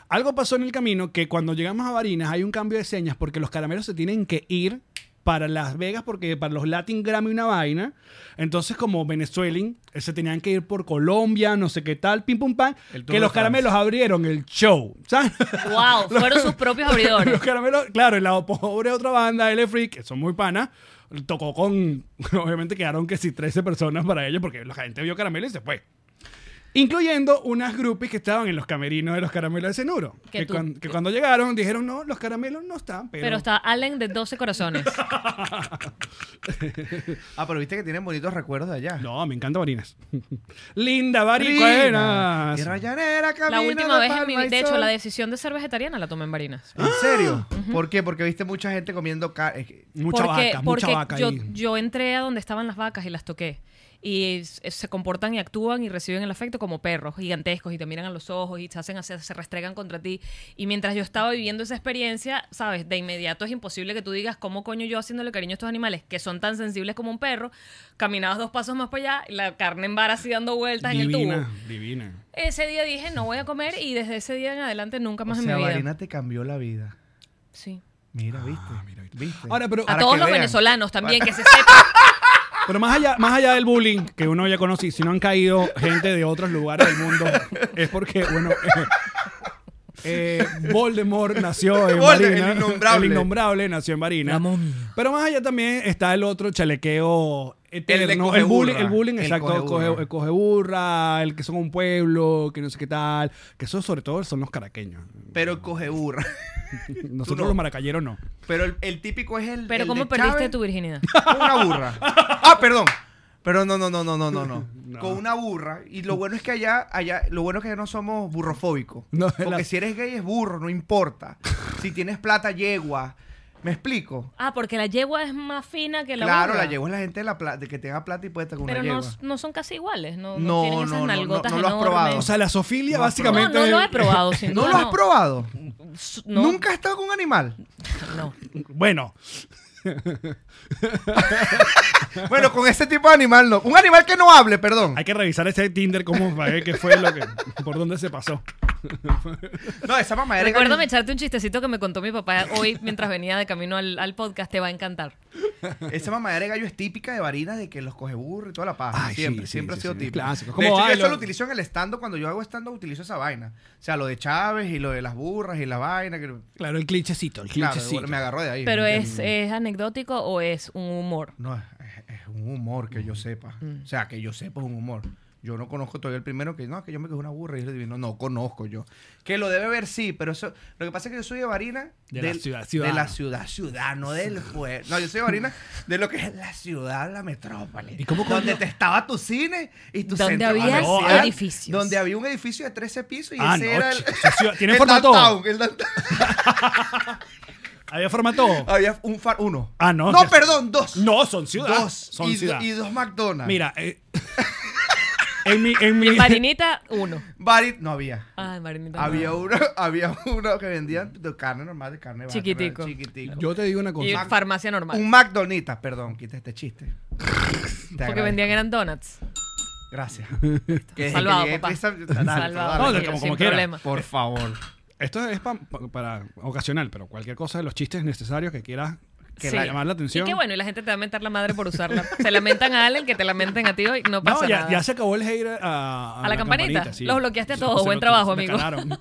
Speaker 3: Algo pasó en el camino que cuando llegamos a Barinas hay un cambio de señas porque los caramelos se tienen que ir para Las Vegas porque para los Latin Grammy una vaina. Entonces como Venezuelan eh, se tenían que ir por Colombia, no sé qué tal, pim pum pam,
Speaker 4: El
Speaker 3: que
Speaker 4: Tour de
Speaker 3: los
Speaker 4: France.
Speaker 3: caramelos abrieron el show. ¿sabes?
Speaker 2: ¡Wow! Fueron sus propios abridores.
Speaker 3: Los caramelos, claro, el lado pobre otra banda, L Freak, que son muy panas, tocó con. Obviamente quedaron que si 13 personas para ellos, porque la gente vio caramelos y se fue. Incluyendo unas groupies que estaban en los camerinos de los caramelos de Cenuro.
Speaker 2: Que
Speaker 3: Que,
Speaker 2: tú-
Speaker 3: cuan- que cuando llegaron dijeron, no, los caramelos no están, pero.
Speaker 2: Pero está Allen de 12 corazones.
Speaker 4: Ah, pero viste que tienen bonitos recuerdos de allá.
Speaker 3: No, me encanta Barinas. Linda
Speaker 4: Rina,
Speaker 3: Barinas.
Speaker 4: Tierra llanera, camino
Speaker 2: La última vez en mi
Speaker 4: palma y
Speaker 2: vida. De hecho,
Speaker 4: sol.
Speaker 2: la decisión de ser vegetariana la tomé en varinas.
Speaker 4: ¿En serio? ¿Por qué? Porque viste mucha gente comiendo eh, carne.
Speaker 3: Mucha
Speaker 2: porque,
Speaker 3: vaca,
Speaker 2: porque
Speaker 3: mucha vaca
Speaker 2: yo,
Speaker 3: ahí.
Speaker 2: yo entré a donde estaban las vacas y las toqué. Y es- se comportan y actúan y reciben el afecto como perros gigantescos y te miran a los ojos y se hacen hacer- se restregan contra ti. Y mientras yo estaba viviendo esa experiencia, sabes, de inmediato es imposible que tú digas cómo coño yo haciéndole cariño a estos animales que son tan sensibles como un perro, caminabas dos pasos más para allá, la carne en vara así dando vueltas en el
Speaker 3: divina,
Speaker 2: tubo.
Speaker 3: divina.
Speaker 2: Ese día dije, no voy a comer y desde ese día en adelante nunca
Speaker 4: O
Speaker 2: más
Speaker 4: sea,
Speaker 2: en mi vida. Ah,
Speaker 4: Varina te cambió la vida.
Speaker 2: Sí.
Speaker 4: Mira, viste.
Speaker 3: mira, viste.
Speaker 4: ¿Viste?
Speaker 3: Ahora, pero,
Speaker 2: A
Speaker 4: Para
Speaker 2: todos
Speaker 4: que
Speaker 2: los
Speaker 4: vean.
Speaker 2: venezolanos también, que se sepan.
Speaker 3: pero más, allá, más allá del bullying, que uno ya conoce, si no han caído gente de otros lugares del mundo, es porque, bueno, eh, eh, Voldemort nació en
Speaker 4: Voldemort,
Speaker 3: Marina.
Speaker 4: el innombrable.
Speaker 3: El innombrable nació en Marina.
Speaker 2: La momia.
Speaker 3: Pero más allá también está el otro chalequeo eterno.
Speaker 4: El de coge
Speaker 3: bullying,
Speaker 4: burra.
Speaker 3: el bullying,
Speaker 4: El
Speaker 3: exacto.
Speaker 4: coge
Speaker 3: coge coge burra.
Speaker 4: burra.
Speaker 3: El que son un pueblo, que no sé qué tal. Que eso sobre todo son los caraqueños.
Speaker 4: Pero el coge burra.
Speaker 3: Nosotros
Speaker 4: no.
Speaker 3: los maracayeros no.
Speaker 4: Pero el, el típico es el.
Speaker 2: Pero
Speaker 4: el
Speaker 2: ¿cómo
Speaker 4: de
Speaker 2: perdiste
Speaker 4: Chávez
Speaker 2: tu virginidad?
Speaker 4: Con una burra. Ah, perdón. Pero no, no, no, no, no, no, no.
Speaker 3: No.
Speaker 4: Con una burra. Y lo bueno es que allá, allá, lo bueno es que allá no somos burrofóbicos.
Speaker 3: No, es
Speaker 4: Porque
Speaker 3: la-
Speaker 4: si eres gay es burro, no importa. Si tienes plata, yegua. ¿Me explico?
Speaker 2: Ah, porque la yegua es más fina que la
Speaker 4: claro,
Speaker 2: burra.
Speaker 4: la yegua es la gente de, la pla- de que tenga plata y puede estar con
Speaker 2: Pero
Speaker 4: una
Speaker 2: no,
Speaker 4: yegua.
Speaker 2: no son casi iguales, no, no,
Speaker 4: No,
Speaker 2: tienen esas
Speaker 4: no, no, no,
Speaker 2: nalgotas
Speaker 4: no lo has
Speaker 2: enormes.
Speaker 4: probado.
Speaker 3: O sea, la sofilia
Speaker 4: No,
Speaker 2: no,
Speaker 3: básicamente.
Speaker 2: no lo he probado. sin
Speaker 4: ¿No
Speaker 2: duda,
Speaker 4: lo has probado?
Speaker 2: S- no,
Speaker 4: ¿Nunca has estado con un animal?
Speaker 2: No.
Speaker 3: Bueno,
Speaker 4: Bueno, con ese tipo de animal no. Un animal que no hable, perdón.
Speaker 3: hay que revisar ese Tinder cómo para ver qué fue lo que. por dónde se pasó.
Speaker 4: No, esa mamá era
Speaker 2: Recuérdame echarte un chistecito que me contó mi papá hoy mientras venía de camino al, al podcast. Te va a encantar.
Speaker 4: Esa mamadera de gallo es típica de Varina de que los coge burro y toda la paja.
Speaker 3: Ay,
Speaker 4: siempre,
Speaker 3: sí, sí,
Speaker 4: siempre
Speaker 3: sí,
Speaker 4: ha sido
Speaker 3: sí.
Speaker 4: típica.
Speaker 3: Clásico.
Speaker 4: De
Speaker 3: Como,
Speaker 4: hecho,
Speaker 3: ay,
Speaker 4: yo eso
Speaker 3: lo-
Speaker 4: lo utilizo en el stand Cuando yo hago stand utilizo esa vaina. O sea, lo de Chávez y lo de las burras y la vaina. Que,
Speaker 3: Claro, el clichecito, el
Speaker 4: claro,
Speaker 3: clichecito.
Speaker 4: bueno, me agarró de ahí.
Speaker 2: Pero
Speaker 4: ¿me
Speaker 2: es,
Speaker 4: entiendes?
Speaker 2: es anecdótico o es un humor.
Speaker 4: No, es, es un humor que
Speaker 3: Mm.
Speaker 4: yo sepa. O sea, que yo sepa es un humor. Yo no conozco todavía el primero que, no, que yo me quedé una burra y yo le digo, no, no conozco yo. Que lo debe ver, sí, pero eso, lo que pasa es que yo soy de Varina.
Speaker 3: De la
Speaker 4: del-
Speaker 3: ciudad, ciudad.
Speaker 4: De la ciudad, ciudad, no del pueblo. No, yo soy de Varina de lo que es la ciudad, la metrópoli.
Speaker 3: ¿Y cómo
Speaker 4: Donde te estaba tu cine y tu
Speaker 2: Donde
Speaker 4: centro
Speaker 2: había Ah,
Speaker 4: comercial,
Speaker 2: edificios.
Speaker 4: Donde había un edificio de 13 pisos y
Speaker 3: Ah,
Speaker 4: ese
Speaker 3: no,
Speaker 4: era el.
Speaker 3: chico, esa ciudad- tiene
Speaker 4: el
Speaker 3: formato.
Speaker 4: downtown, el downtown.
Speaker 3: Había formato.
Speaker 4: Había un far, uno.
Speaker 3: Ah, no,
Speaker 4: No,
Speaker 3: ya-
Speaker 4: perdón, dos.
Speaker 3: No, son ciudad.
Speaker 4: Dos.
Speaker 3: Son
Speaker 4: y, do-
Speaker 3: ciudad.
Speaker 4: y dos McDonald's.
Speaker 3: Mira, eh, en mi. En mi
Speaker 2: Marinita, uno.
Speaker 4: Bari- no había.
Speaker 2: Ay, Marinita.
Speaker 4: Había
Speaker 2: no.
Speaker 4: uno, había uno que vendían de carne normal, de carne barata,
Speaker 2: Chiquitico.
Speaker 4: chiquitico.
Speaker 3: yo te digo una
Speaker 2: Y
Speaker 3: cosa.
Speaker 2: farmacia normal.
Speaker 4: un McDonald's, perdón, quita este chiste. Te
Speaker 2: Porque
Speaker 4: agradezco.
Speaker 2: vendían eran donuts.
Speaker 4: Gracias.
Speaker 2: Salvado,
Speaker 4: llegué
Speaker 2: papá.
Speaker 4: prisa-
Speaker 2: Salvado.
Speaker 3: No,
Speaker 4: dale,
Speaker 3: de-
Speaker 2: mira,
Speaker 3: como-
Speaker 2: sin
Speaker 3: como quiera.
Speaker 2: problema.
Speaker 4: Por favor.
Speaker 3: Esto es pa- pa- para ocasional, pero cualquier cosa de los chistes necesarios que quieras que
Speaker 2: Sí.
Speaker 3: la- llamar la atención.
Speaker 2: Y que bueno, y la gente te va a mentar la madre por usarla. se lamentan a Allen, que te lamenten a ti hoy, no
Speaker 3: No,
Speaker 2: pasa
Speaker 3: ya,
Speaker 2: nada.
Speaker 3: ya se acabó el hate a, a
Speaker 2: ¿A la campanita?
Speaker 3: sí.
Speaker 2: Los bloqueaste a
Speaker 3: Se-
Speaker 2: todos.
Speaker 3: se
Speaker 2: Buen
Speaker 3: bloque-
Speaker 2: trabajo,
Speaker 3: se
Speaker 2: amigo.
Speaker 3: calaron.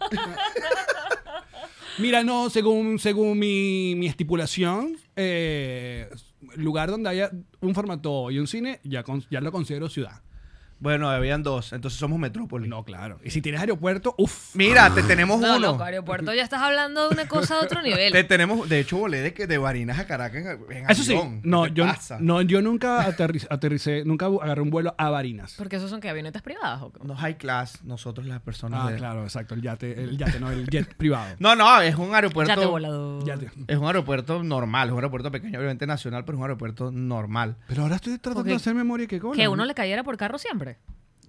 Speaker 3: Mira, no, según, según mi, mi estipulación, eh, lugar donde haya un formato y un cine, ya, con- ya lo considero ciudad.
Speaker 4: Bueno, habían dos, entonces somos metrópoli.
Speaker 3: No, claro. Y si tienes aeropuerto, uff.
Speaker 4: Mira, te tenemos
Speaker 2: No,
Speaker 4: uno.
Speaker 2: loco, aeropuerto, ya estás hablando de una cosa a otro
Speaker 4: te
Speaker 2: nivel.
Speaker 4: tenemos, de hecho, volé de, que- de Barinas a Caracas en, en
Speaker 3: Eso sí,
Speaker 4: avión.
Speaker 3: no,
Speaker 4: ¿Qué te
Speaker 3: yo,
Speaker 4: pasa?
Speaker 3: no, yo nunca aterri- aterricé, nunca bu- agarré un vuelo a Barinas.
Speaker 2: Porque esos son que avionetas privadas. ¿o cómo?
Speaker 4: No high class, nosotros las personas.
Speaker 3: Ah,
Speaker 4: de-
Speaker 3: claro, exacto, el yate, el yate, no, el jet privado.
Speaker 4: No, no, es un aeropuerto.
Speaker 2: Ya te he volado.
Speaker 3: Yate.
Speaker 4: Es un aeropuerto normal, es un aeropuerto pequeño, obviamente nacional, pero es un aeropuerto normal.
Speaker 3: Pero ahora estoy tratando de
Speaker 2: Ok.
Speaker 3: hacer memoria que coño.
Speaker 2: Que uno le cayera por carro siempre.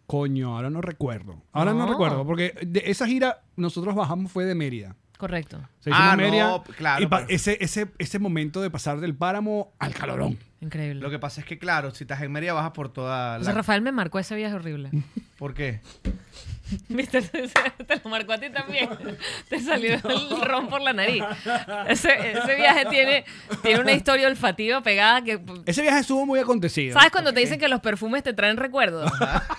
Speaker 3: Coño, ahora no recuerdo. Ahora no,
Speaker 2: No.
Speaker 3: recuerdo, porque de esa gira nosotros bajamos fue de Mérida.
Speaker 2: Correcto.
Speaker 3: Se hicimos
Speaker 4: Ah, no,
Speaker 3: Mérida.
Speaker 4: claro,
Speaker 3: y pa-
Speaker 2: pues.
Speaker 4: pero-
Speaker 3: ese, ese, ese momento de pasar del páramo al calorón.
Speaker 2: Increíble.
Speaker 4: Lo que pasa es que, claro, si estás en Mérida bajas por toda
Speaker 2: O sea,
Speaker 4: la...
Speaker 2: Rafael me marcó ese viaje horrible.
Speaker 4: ¿Por qué?
Speaker 2: ¿Viste? Te lo marcó a ti también. Te salió el ron por la nariz. Ese, ese viaje tiene, tiene una historia olfativa pegada que...
Speaker 3: Ese viaje estuvo muy acontecido.
Speaker 2: ¿Sabes cuando te dicen que los perfumes te traen recuerdos?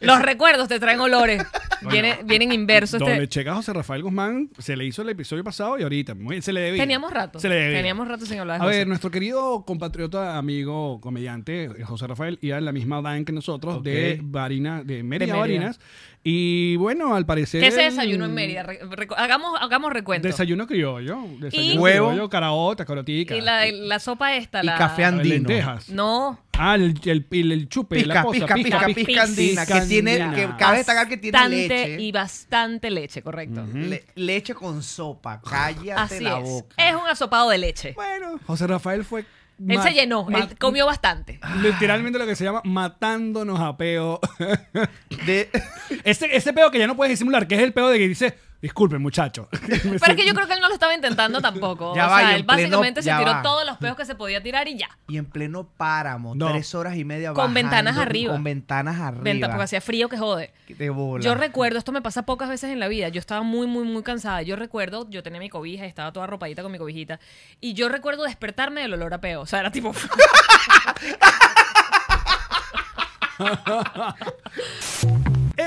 Speaker 2: los recuerdos te traen olores. Viene- vienen inversos.
Speaker 3: Donde
Speaker 2: Este-
Speaker 3: llega José Rafael Guzmán, se le hizo el episodio pasado y ahorita muy- se le debía.
Speaker 2: Teníamos rato.
Speaker 3: Se le debía.
Speaker 2: Teníamos rato sin hablar de
Speaker 3: A ver,
Speaker 2: José.
Speaker 3: nuestro querido compatriota, amigo, comediante, eh, José Rafael, iba en la misma van que nosotros de
Speaker 4: Ok.
Speaker 3: Barina, de Mérida,
Speaker 2: Mérida.
Speaker 3: Barinas. Y bueno, al parecer.
Speaker 2: ¿Qué se
Speaker 3: el-
Speaker 2: desayunó en Mérida? Re- recu- hagamos, hagamos recuento.
Speaker 3: Desayuno criollo. Desayuno
Speaker 2: Y-
Speaker 4: Huevo.
Speaker 3: criollo, caraota, carotica.
Speaker 2: y la, la sopa esta.
Speaker 4: Y
Speaker 2: la...
Speaker 4: café andino.
Speaker 3: Lentejas.
Speaker 2: No.
Speaker 3: Ah, el, el, el- el chupe, la
Speaker 4: Pisca,
Speaker 3: cosa.
Speaker 4: pisca, pisca,
Speaker 2: pisca,
Speaker 4: pisca andina, que tiene, que
Speaker 3: andina.
Speaker 4: cabe destacar que tiene
Speaker 2: Bastante
Speaker 4: leche.
Speaker 2: Y bastante leche, correcto.
Speaker 3: ¿Mm?
Speaker 4: Le- leche con sopa, cállate
Speaker 2: Así
Speaker 4: la
Speaker 2: es.
Speaker 4: boca.
Speaker 2: Es un asopado de leche.
Speaker 3: Bueno, José Rafael fue...
Speaker 2: Él
Speaker 3: ma-
Speaker 2: se llenó,
Speaker 3: ma-
Speaker 2: él comió bastante.
Speaker 3: Literalmente lo que se llama matándonos a peo.
Speaker 4: De-
Speaker 3: ese, ese peo que ya no puedes disimular, que es el peo de que dice, disculpen muchacho.
Speaker 2: Pero es que yo creo que él no lo estaba intentando tampoco.
Speaker 4: Ya
Speaker 2: o
Speaker 4: va,
Speaker 2: sea,
Speaker 4: y en
Speaker 2: él básicamente
Speaker 4: pleno-
Speaker 2: se
Speaker 4: ya
Speaker 2: tiró
Speaker 4: va.
Speaker 2: todos los peos que se podía tirar y ya.
Speaker 4: y en pleno páramo,
Speaker 3: No.
Speaker 4: tres horas y media
Speaker 2: Con
Speaker 4: bajando,
Speaker 2: ventanas arriba.
Speaker 4: Con ventanas arriba.
Speaker 2: Venta, porque hacía frío que jode.
Speaker 4: Que te bola.
Speaker 2: Yo recuerdo, esto me pasa pocas veces en la vida, yo estaba muy, muy, muy cansada. Yo recuerdo, yo tenía mi cobija, estaba toda ropadita con mi cobijita. Y yo recuerdo despertarme del olor a peo. O sea, era tipo...
Speaker 3: He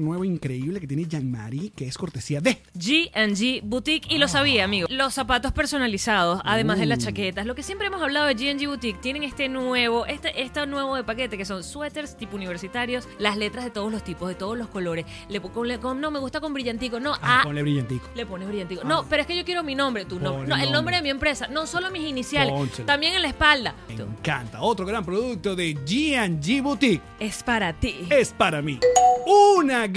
Speaker 3: nuevo increíble que tiene Jean-Marie, que es cortesía de...
Speaker 2: G&G Boutique y lo sabía, amigo. Los zapatos personalizados, además de las chaquetas, lo que siempre hemos hablado de G&G Boutique, tienen este nuevo, este, este nuevo de paquete que son suéteres tipo universitarios, las letras de todos los tipos, de todos los colores. Le, pon- le- con- no me gusta con brillantico, no,
Speaker 3: Ah,
Speaker 2: ah,
Speaker 3: ponle brillantico.
Speaker 2: le pones brillantico. No, pero es que yo quiero mi nombre, tu nombre,
Speaker 3: Ponle
Speaker 2: no, el
Speaker 3: nombre.
Speaker 2: nombre de mi empresa, no solo mis iniciales,
Speaker 3: Pónselo.
Speaker 2: también en la espalda.
Speaker 3: Me encanta. Otro gran producto de G&G Boutique.
Speaker 2: Es para ti.
Speaker 3: es para mí. Una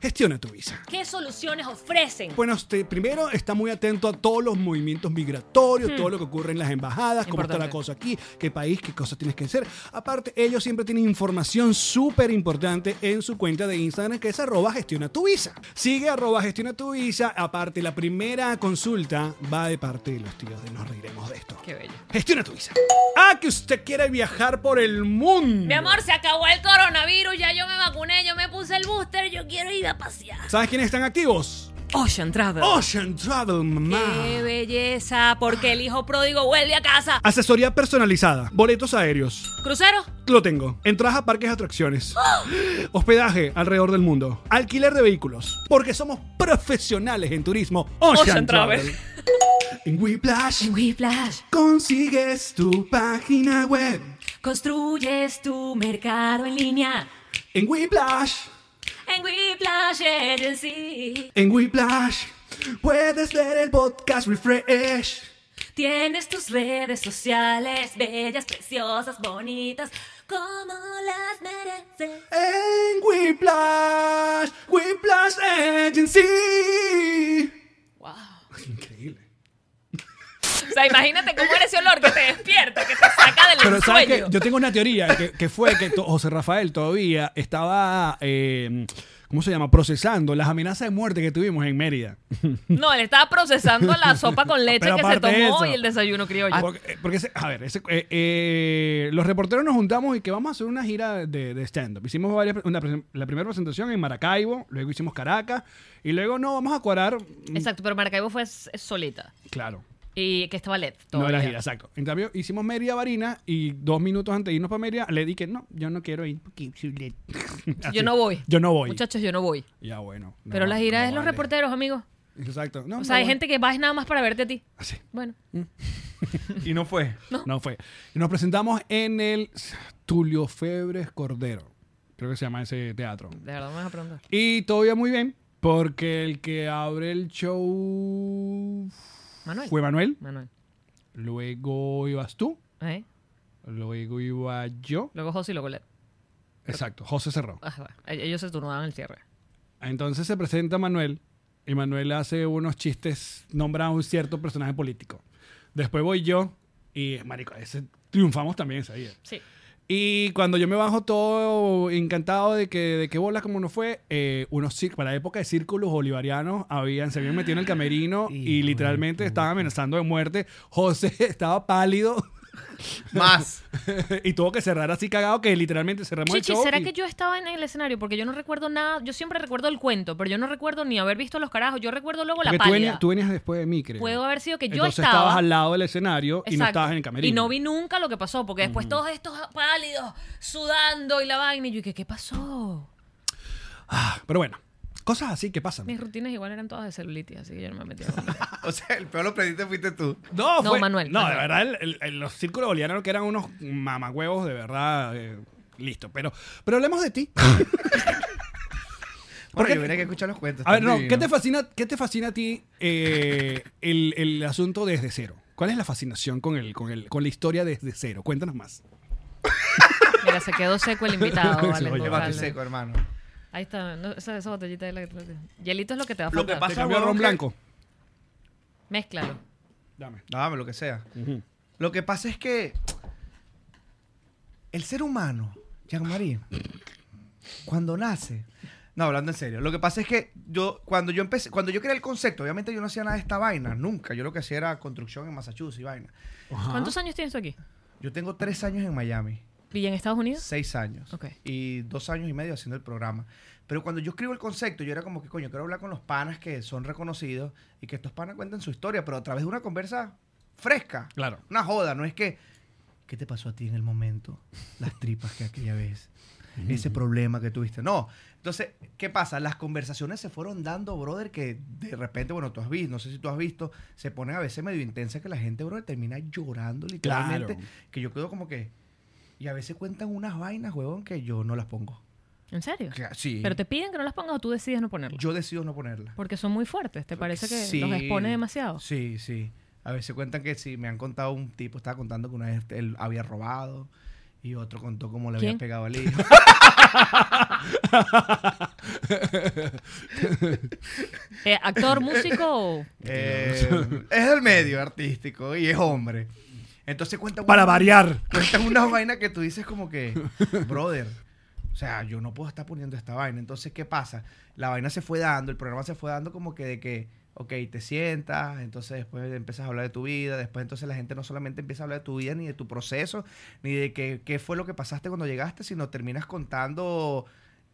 Speaker 3: Gestiona tu visa.
Speaker 2: ¿Qué soluciones ofrecen?
Speaker 3: Bueno, usted primero está muy atento a todos los movimientos migratorios, todo lo que ocurre en las embajadas, cómo está la
Speaker 2: Hmm. Importante.
Speaker 3: cosa aquí, qué país, qué cosas tienes que hacer. Aparte, ellos siempre tienen información súper importante en su cuenta de Instagram, que es arroba gestiona tu visa. Sigue arroba gestiona tu visa. Aparte, la primera consulta va de parte de los tíos de Nos Reiremos de esto.
Speaker 2: Qué bello.
Speaker 3: Gestiona tu visa. Ah, que usted quiere viajar por el mundo.
Speaker 2: Mi amor, se acabó el coronavirus, ya yo me vacuné, yo me puse el booster, yo quiero ir a pasear.
Speaker 3: ¿Sabes quiénes están activos?
Speaker 2: Ocean Travel.
Speaker 3: Ocean Travel, mamá.
Speaker 2: ¡Qué belleza! Porque el hijo pródigo vuelve a casa.
Speaker 3: Asesoría personalizada. Boletos aéreos.
Speaker 2: ¿Crucero?
Speaker 3: Lo tengo. Entradas a parques y atracciones. Hospedaje alrededor del mundo. Alquiler de vehículos. Porque somos profesionales en turismo. Ocean,
Speaker 2: Ocean
Speaker 3: Travel.
Speaker 2: Travel.
Speaker 3: en Whiplash
Speaker 2: Whiplash,
Speaker 3: consigues tu página web.
Speaker 2: construyes tu mercado en línea.
Speaker 3: En Whiplash,
Speaker 2: En Whiplash Agency
Speaker 3: en Whiplash, puedes ver el podcast Refresh.
Speaker 2: tienes tus redes sociales, bellas, preciosas, bonitas, como las mereces.
Speaker 3: En Whiplash, Whiplash Agency.
Speaker 2: ¡Wow!
Speaker 3: Increíble.
Speaker 2: O sea, imagínate cómo era ese olor que te despierta, que te saca del
Speaker 3: Pero sabes que
Speaker 2: sueño.
Speaker 3: yo tengo una teoría que, que fue que to- José Rafael todavía estaba, eh, ¿cómo se llama? Procesando las amenazas de muerte que tuvimos en Mérida.
Speaker 2: No, él estaba procesando la sopa con leche
Speaker 3: Pero
Speaker 2: que se
Speaker 3: aparte de
Speaker 2: tomó
Speaker 3: eso-
Speaker 2: y el desayuno criollo.
Speaker 3: Porque, eh, porque ese- a ver, ese- eh, eh, los reporteros nos juntamos y que vamos a hacer una gira de, de stand-up. Hicimos varias, una presen- la primera presentación en Maracaibo, luego hicimos Caracas y luego no, vamos a cuadrar. mm,
Speaker 2: Exacto, pero Maracaibo fue s- solita.
Speaker 3: Claro.
Speaker 2: Y que estaba LED.
Speaker 3: No
Speaker 2: todavía.
Speaker 3: era gira, exacto. En cambio, hicimos Mérida Varina y dos minutos antes de irnos para Mérida le dije, no, yo no quiero ir. porque soy le-". Así.
Speaker 2: Yo no voy.
Speaker 3: Ah, Yo no voy.
Speaker 2: Muchachos, yo no voy.
Speaker 3: Ya bueno. no,
Speaker 2: Pero la gira
Speaker 3: no
Speaker 2: es los
Speaker 3: vale.
Speaker 2: reporteros, amigos.
Speaker 3: Exacto. No,
Speaker 2: O
Speaker 3: no
Speaker 2: sea, hay
Speaker 3: voy.
Speaker 2: gente que va es nada más para verte a ti.
Speaker 3: Así.
Speaker 2: Bueno,
Speaker 4: Y no fue.
Speaker 3: No. fue. Y nos presentamos en el Tulio Febres Cordero. Creo que se llama ese teatro.
Speaker 2: de verdad me vas a preguntar.
Speaker 3: Y todo iba muy bien porque el que abre el show
Speaker 2: Manuel.
Speaker 3: fue Manuel.
Speaker 2: Manuel.
Speaker 3: Luego ibas tú.
Speaker 2: ¿Eh?
Speaker 3: Luego iba yo.
Speaker 2: Luego José y luego LED.
Speaker 3: Exacto. José cerró.
Speaker 2: Ah, bueno. Ellos se turnaban el cierre.
Speaker 3: Entonces se presenta Manuel y Manuel hace unos chistes, nombra a un cierto personaje político. Después voy yo y, marico, ese triunfamos también ese día.
Speaker 2: Sí.
Speaker 3: Y cuando yo me bajo todo encantado de que, de que bola como no fue, eh, unos cir- para la época de círculos bolivarianos habían, se habían metido en el camerino y,
Speaker 4: Ah, Hijo de
Speaker 3: literalmente estaban amenazando de muerte. José estaba pálido
Speaker 4: Más.
Speaker 3: y tuvo que cerrar así cagado que literalmente cerramos el
Speaker 2: Chichi,
Speaker 3: show
Speaker 2: ¿será
Speaker 3: y-
Speaker 2: que yo estaba en el escenario? Porque yo no recuerdo nada. Yo siempre recuerdo el cuento, pero yo no recuerdo ni haber visto a los carajos. Yo recuerdo luego la
Speaker 3: Porque tú venías,
Speaker 2: pálida.
Speaker 3: tú venías después de mí, creo.
Speaker 2: Puedo haber sido que yo
Speaker 3: Entonces
Speaker 2: estaba.
Speaker 3: estabas al lado del escenario y no
Speaker 2: Exacto.
Speaker 3: estabas en el camerino.
Speaker 2: Y no vi nunca lo que pasó, porque después todos estos pálidos, sudando y la vaina. Y yo, ¿qué, qué pasó?
Speaker 3: Ah, Pero bueno, cosas así que pasan.
Speaker 2: Mis rutinas igual eran todas de celulitis, así que yo no me metía. con-
Speaker 4: O sea, el peor lo prendiste fuiste tú.
Speaker 3: No,
Speaker 2: No,
Speaker 3: fue-
Speaker 2: Manuel,
Speaker 3: No, de
Speaker 2: Manuel.
Speaker 3: verdad, el- el- el- los círculos bolivianos que eran unos mamagüevos, de verdad. eh, listo. Pero, pero hablemos de ti.
Speaker 4: Bueno,
Speaker 3: qué?
Speaker 4: yo hubiera que escuchar los cuentos.
Speaker 3: A ver,
Speaker 4: están
Speaker 3: no, ¿qué
Speaker 4: divinos.
Speaker 3: te fascina, qué te fascina a ti eh, el, el asunto desde cero? ¿Cuál es la fascinación con, el, con, el, con la historia desde cero? Cuéntanos más.
Speaker 2: Mira, se quedó seco el invitado,
Speaker 3: Se
Speaker 2: vale.
Speaker 3: oye,
Speaker 2: Gonzalo.
Speaker 4: Yo bate seco, hermano.
Speaker 2: Ahí está, no, esa, esa botellita de la... la- Hielito es lo que te va a
Speaker 4: Lo que
Speaker 2: faltar.
Speaker 3: Te
Speaker 4: pasa-
Speaker 3: cambio a
Speaker 4: huevón,
Speaker 3: ron
Speaker 4: que-
Speaker 3: blanco.
Speaker 2: Mézclalo.
Speaker 3: Dame.
Speaker 4: Dame lo que sea. Lo que pasa es que El ser humano, Jean-Marie, cuando nace. No, hablando en serio. Lo que pasa es que yo, cuando yo empecé, cuando yo creé el concepto, obviamente yo no hacía nada de esta vaina, nunca. Yo lo que hacía era construcción en Massachusetts y vaina.
Speaker 2: ¿Cuántos años tienes tú aquí?
Speaker 4: Yo tengo tres años en Miami,
Speaker 2: ¿Y en Estados Unidos?
Speaker 4: seis años
Speaker 2: Ok.
Speaker 4: y dos años y medio haciendo el programa. Pero cuando yo escribo el concepto, yo era como que, coño, quiero hablar con los panas que son reconocidos y que estos panas cuenten su historia, pero a través de una conversa fresca.
Speaker 3: Claro.
Speaker 4: Una joda, no es que, ¿qué te pasó a ti en el momento? Las tripas que aquella vez. Ese problema que tuviste. No. Entonces, ¿qué pasa? Las conversaciones se fueron dando, brother, que de repente, bueno, tú has visto, no sé si tú has visto, se ponen a veces medio intensa que la gente, brother, termina llorando literalmente.
Speaker 3: Claro.
Speaker 4: Que yo quedo como que. Y a veces cuentan unas vainas, huevón, que yo no las pongo.
Speaker 2: ¿En serio?
Speaker 4: Cla- Sí.
Speaker 2: Pero te piden que no las pongas o tú decides no ponerlas.
Speaker 4: Yo decido no ponerlas.
Speaker 2: Porque son muy fuertes. ¿Te parece que
Speaker 4: Sí.
Speaker 2: los expone demasiado?
Speaker 4: Sí, sí. A veces cuentan que sí, me han contado un tipo, estaba contando que una vez él había robado y otro contó cómo le
Speaker 2: ¿Quién?
Speaker 4: había pegado al hijo.
Speaker 2: Eh, ¿Actor, músico o...?
Speaker 4: Eh, es del medio artístico y es hombre. Entonces cuentan
Speaker 3: Para variar.
Speaker 4: cuentan unas vainas que tú dices como que, brother, o sea, yo no puedo estar poniendo esta vaina. Entonces, ¿qué pasa? La vaina se fue dando, el programa se fue dando como que de que, ok, te sientas, entonces después empiezas a hablar de tu vida, después entonces la gente no solamente empieza a hablar de tu vida, ni de tu proceso, ni de que- qué fue lo que pasaste cuando llegaste, sino terminas contando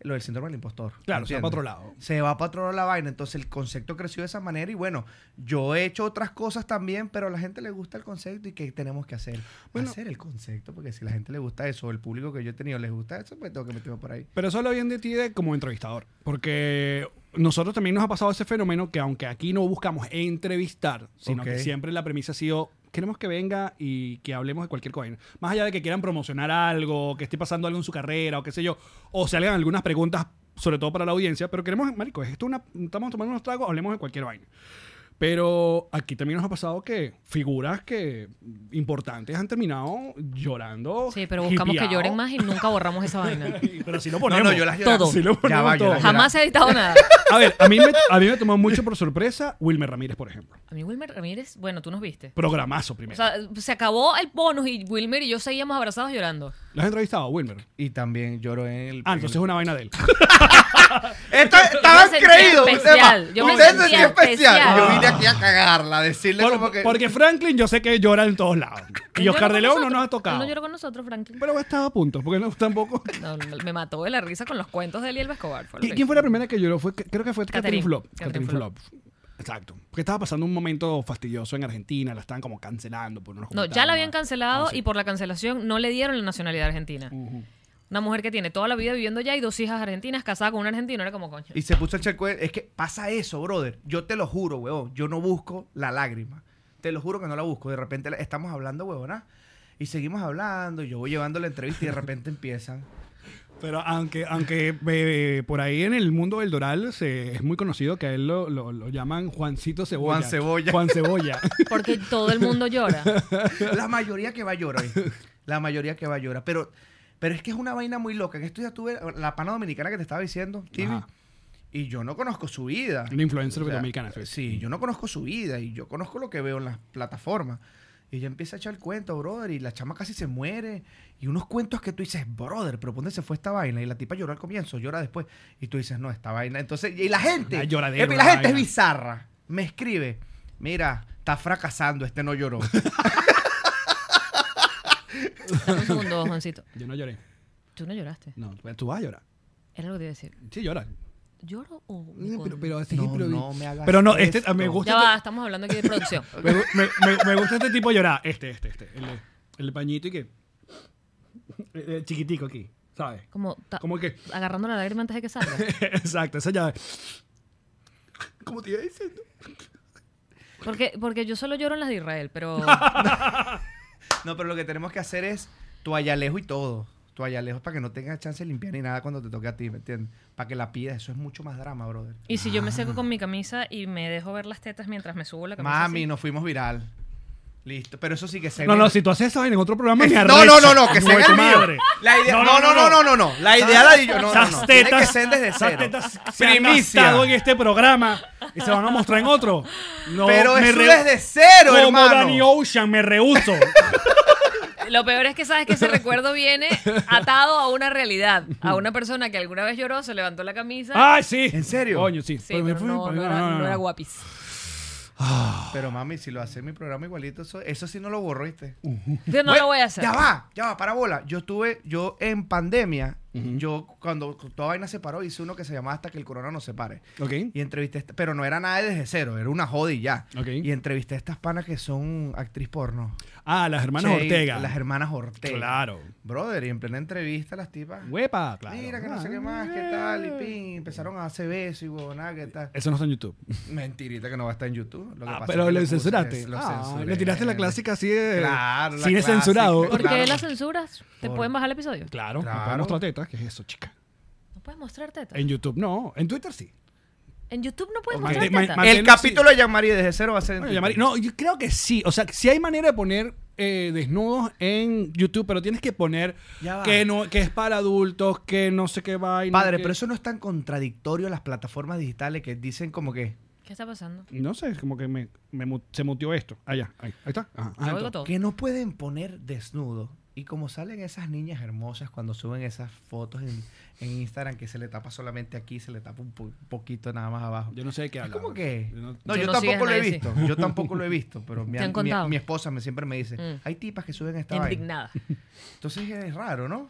Speaker 4: lo del síndrome del impostor.
Speaker 3: Claro, se va
Speaker 4: ¿entiendes?
Speaker 3: para otro lado.
Speaker 4: se va para otro lado la vaina. Entonces el concepto creció de esa manera y bueno, yo he hecho otras cosas también, pero a la gente le gusta el concepto y ¿qué tenemos que hacer?
Speaker 3: Bueno.
Speaker 4: hacer el concepto, porque si la gente le gusta eso, o el público que yo he tenido les gusta eso, pues tengo que meterme por ahí.
Speaker 3: Pero eso habla bien de ti de- como entrevistador, porque nosotros también nos ha pasado ese fenómeno que aunque aquí no buscamos entrevistar, sino
Speaker 4: Ok.
Speaker 3: que siempre la premisa ha sido queremos que venga y que hablemos de cualquier cosa. Más allá de que quieran promocionar algo, que esté pasando algo en su carrera o qué sé yo, o se hagan algunas preguntas sobre todo para la audiencia, pero queremos, marico, esto es una estamos tomando unos tragos, hablemos de cualquier vaina. Pero aquí también nos ha pasado que figuras que importantes han terminado llorando.
Speaker 2: Sí, pero buscamos que
Speaker 3: hipeado.
Speaker 2: lloren más y nunca borramos esa vaina.
Speaker 3: Pero si lo ponemos.
Speaker 4: no, yo las lloraba.
Speaker 2: Todo.
Speaker 3: Sí lo
Speaker 4: Ya
Speaker 3: ponemos
Speaker 4: va, yo
Speaker 3: todo.
Speaker 4: las lloraba.
Speaker 2: Jamás he editado nada.
Speaker 3: A ver, a mí, me, a mí me tomó mucho por sorpresa Wilmer Ramírez, por ejemplo.
Speaker 2: A mí Wilmer Ramírez, bueno, tú nos viste.
Speaker 3: Programazo
Speaker 2: O
Speaker 3: primero.
Speaker 2: sea, se acabó el bonus y Wilmer y yo seguíamos abrazados llorando.
Speaker 3: ¿Lo has entrevistado, Wilmer?
Speaker 4: Y también lloro en el...
Speaker 3: Ah, entonces es una vaina de él.
Speaker 4: Esto
Speaker 2: Yo me
Speaker 4: estaba
Speaker 2: sentía
Speaker 4: creído.
Speaker 2: especial, yo me
Speaker 4: Ustedes se
Speaker 2: sentía
Speaker 4: sentían especial.
Speaker 2: especial.
Speaker 4: Yo vine aquí a cagarla, a decirle
Speaker 3: Por-
Speaker 4: como que...
Speaker 3: Porque Franklin yo sé que llora en todos lados.
Speaker 2: Él
Speaker 3: Y
Speaker 2: lloró
Speaker 3: Oscar
Speaker 2: con
Speaker 3: de León no
Speaker 2: nosotros.
Speaker 3: nos ha
Speaker 2: Él
Speaker 3: tocado.
Speaker 2: no lloró con nosotros, Franklin.
Speaker 3: Pero estaba a punto, porque no tampoco...
Speaker 2: No, no, me mató de la risa con los cuentos de Eliel Escobar. fue lo
Speaker 3: ¿Qui-
Speaker 2: que
Speaker 3: ¿Quién
Speaker 2: hizo.
Speaker 3: fue la primera que lloró? Fue, creo que fue Catherine
Speaker 2: Catherine.
Speaker 3: Flop.
Speaker 2: Catherine
Speaker 3: Catherine Flop. Exacto. Porque estaba pasando un momento fastidioso en Argentina, la estaban como cancelando por unos
Speaker 2: No, ya la habían
Speaker 3: comentarios.
Speaker 2: cancelado
Speaker 3: Ah, sí.
Speaker 2: y por la cancelación no le dieron la nacionalidad argentina.
Speaker 3: Ujú.
Speaker 2: Una mujer que tiene toda la vida viviendo allá y dos hijas argentinas, casada con un argentino, era como coño.
Speaker 4: Y se puso el charco. de- Es que pasa eso, brother. Yo te lo juro, huevón. Yo no busco la lágrima. Te lo juro que no la busco. De repente la- estamos hablando, huevona. Y seguimos hablando. y Yo voy llevando la entrevista y de repente empiezan.
Speaker 3: Pero aunque, aunque eh, por ahí en el mundo del Doral se, es muy conocido que a él lo, lo- lo llaman Juancito Cebolla.
Speaker 4: Juan Cebolla.
Speaker 3: Juan Cebolla.
Speaker 2: Porque todo el mundo llora.
Speaker 4: La mayoría que va llora. ¿viste? La mayoría que va llora. Pero, pero es que es una vaina muy loca. En esto ya tuve la pana dominicana que te estaba diciendo, Tibi,
Speaker 3: Ajá.
Speaker 4: Y yo no conozco su vida.
Speaker 3: Una influencer
Speaker 4: O sea,
Speaker 3: dominicana. Mm.
Speaker 4: Sí, yo no conozco su vida y yo conozco lo que veo en las plataformas. Y ella empieza a echar el cuento, brother, y la chama casi se muere. Y unos cuentos que tú dices, brother, pero ¿dónde se fue esta vaina? Y la tipa lloró al comienzo, llora después. Y tú dices, no, esta vaina. Entonces, y la gente.
Speaker 3: Una lloradera,
Speaker 4: y la
Speaker 3: una
Speaker 4: gente es
Speaker 3: vaina.
Speaker 4: bizarra. Me escribe, mira, está fracasando, este no lloró.
Speaker 2: Dame un segundo, Juancito.
Speaker 3: Yo no lloré.
Speaker 2: Tú no lloraste.
Speaker 3: No, pero tú vas a llorar.
Speaker 2: Era lo que te iba a decir.
Speaker 3: Sí, llora.
Speaker 2: ¿Lloro o.? o
Speaker 3: Eh, Pero,
Speaker 2: con-
Speaker 3: pero, sí,
Speaker 4: No,
Speaker 3: pero,
Speaker 4: no me hagas
Speaker 3: pero no, este
Speaker 4: esto.
Speaker 3: me gusta.
Speaker 2: Ya va,
Speaker 3: este-
Speaker 2: estamos hablando aquí de producción.
Speaker 3: me, gu- me- me- me gusta este tipo llorar. Este, este, este. El, de- el de pañito y que. el- el chiquitico aquí, ¿sabes?
Speaker 2: Como, ta-
Speaker 3: Como que.
Speaker 2: agarrando la lágrima antes de que salga.
Speaker 3: Exacto, esa ya. Como te iba diciendo.
Speaker 2: Porque, porque yo solo lloro en las de Israel, pero.
Speaker 4: No, pero lo que tenemos que hacer es toallalejo y todo. Toallalejo para que no tengas chance de limpiar ni nada cuando te toque a ti, ¿me entiendes? Para que la pidas. Eso es mucho más drama, brother.
Speaker 2: Y si yo me seco con mi camisa y me dejo ver las tetas mientras me subo la camisa.
Speaker 4: Mami,
Speaker 2: así.
Speaker 4: nos fuimos viral. Listo. Pero eso sí que se
Speaker 3: No,
Speaker 4: ve.
Speaker 3: no, si tú haces eso en otro programa, me
Speaker 4: Es-
Speaker 3: arrecho.
Speaker 4: no, no, no, no, que
Speaker 3: Hijo de
Speaker 4: se haga
Speaker 3: tu
Speaker 4: el mío.
Speaker 3: madre.
Speaker 4: La idea, no, no, no, no, no, no, La idea la di yo. No, no,
Speaker 3: Esas
Speaker 4: no. Tiene
Speaker 3: tetas,
Speaker 4: que ser desde
Speaker 3: esas
Speaker 4: cero.
Speaker 3: tetas se han
Speaker 4: Primicia.
Speaker 3: gastado en este programa y se van a mostrar en otro. No,
Speaker 4: Pero
Speaker 3: me
Speaker 4: eso
Speaker 3: re-
Speaker 4: desde cero,
Speaker 3: Como
Speaker 4: hermano.
Speaker 3: Danny Ocean, me rehuso.
Speaker 2: Lo peor es que sabes que ese recuerdo viene atado a una realidad, a una persona que alguna vez lloró, se levantó la camisa.
Speaker 3: ¡Ay, sí!
Speaker 4: ¿En serio?
Speaker 3: Coño, sí.
Speaker 2: Sí,
Speaker 3: Pero Ah, pues me
Speaker 2: pero
Speaker 3: fui,
Speaker 2: no,
Speaker 3: para-
Speaker 2: no, era, no era guapis.
Speaker 4: Pero mami, si lo hace en mi programa igualito, eso, eso sí no lo borro, ¿viste?
Speaker 3: Uh.
Speaker 2: Yo no
Speaker 4: Bueno,
Speaker 2: lo voy a hacer.
Speaker 4: Ya va, ya va, para bola. Yo estuve, yo en pandemia, yo cuando toda vaina se paró, hice uno que se llamaba Hasta que el corona nos separe.
Speaker 3: Ok.
Speaker 4: Y entrevisté, esta- pero no era nada desde cero, era una joda y ya.
Speaker 3: Ok.
Speaker 4: Y entrevisté a estas panas que son actriz porno.
Speaker 3: Ah, las hermanas
Speaker 4: Che,
Speaker 3: Ortega.
Speaker 4: Las hermanas Ortega.
Speaker 3: Claro.
Speaker 4: Brother, y en plena entrevista las tipas.
Speaker 3: Huepa, claro. Ah, eh.
Speaker 4: Mira, que no sé qué más, qué tal, y pin. Empezaron a hacer besos y huevonada, qué tal.
Speaker 3: Eso no está en YouTube.
Speaker 4: Mentirita que no va a estar en YouTube. Lo que
Speaker 3: Ah,
Speaker 4: pasa es
Speaker 3: pero
Speaker 4: que
Speaker 3: lo
Speaker 4: puse,
Speaker 3: censuraste.
Speaker 4: lo
Speaker 3: Ah,
Speaker 4: censuré.
Speaker 3: le tiraste la clásica así de
Speaker 4: eh. Claro, la
Speaker 3: cine
Speaker 4: clásica.
Speaker 3: censurado.
Speaker 2: ¿Por
Speaker 4: Claro.
Speaker 2: qué las censuras? ¿Te
Speaker 4: Por-
Speaker 2: pueden bajar el episodio?
Speaker 3: Claro,
Speaker 4: Claro.
Speaker 3: no podemos mostrar tetas. ¿Qué es eso, chica?
Speaker 2: No puedes mostrar teta.
Speaker 3: En YouTube no, en Twitter sí.
Speaker 2: En YouTube no puedes
Speaker 3: Ok.
Speaker 2: mostrar
Speaker 3: Ma-
Speaker 2: teta.
Speaker 3: ma-
Speaker 4: El
Speaker 3: Manténlo así.
Speaker 4: capítulo de Jean Marie desde cero va a ser en
Speaker 3: Bueno,
Speaker 4: Twitter.
Speaker 3: llamar- no, yo creo que sí. O sea, si hay manera de poner eh, desnudos en YouTube, pero tienes que poner
Speaker 4: Ya va.
Speaker 3: que no, que es para adultos, que no sé qué vaina.
Speaker 4: Padre,
Speaker 3: que-
Speaker 4: pero eso no es tan contradictorio a las plataformas digitales que dicen como que.
Speaker 2: ¿Qué está pasando?
Speaker 3: No sé, es como que me, me mu- se muteó esto. Allá, ahí, ahí está. Ajá, ajá,
Speaker 2: Yo oigo
Speaker 3: entonces.
Speaker 2: todo.
Speaker 4: que no pueden poner desnudo. Y como salen esas niñas hermosas cuando suben esas fotos en, en Instagram que se le tapa solamente aquí, se le tapa un po- poquito nada más abajo.
Speaker 3: Yo no sé de qué
Speaker 4: Es
Speaker 3: hablar.
Speaker 4: como que.
Speaker 3: Yo no-
Speaker 4: No,
Speaker 2: Tú
Speaker 4: yo
Speaker 2: no
Speaker 4: tampoco
Speaker 2: sigues
Speaker 4: lo he
Speaker 2: nadie,
Speaker 4: visto. Yo tampoco lo he visto, pero mi,
Speaker 2: ¿Te han
Speaker 4: mi-
Speaker 2: contado?
Speaker 4: mi esposa me, siempre me dice:
Speaker 2: Mm.
Speaker 4: hay tipas que suben esta vaina.
Speaker 2: Indignada.
Speaker 4: Entonces es raro, ¿no?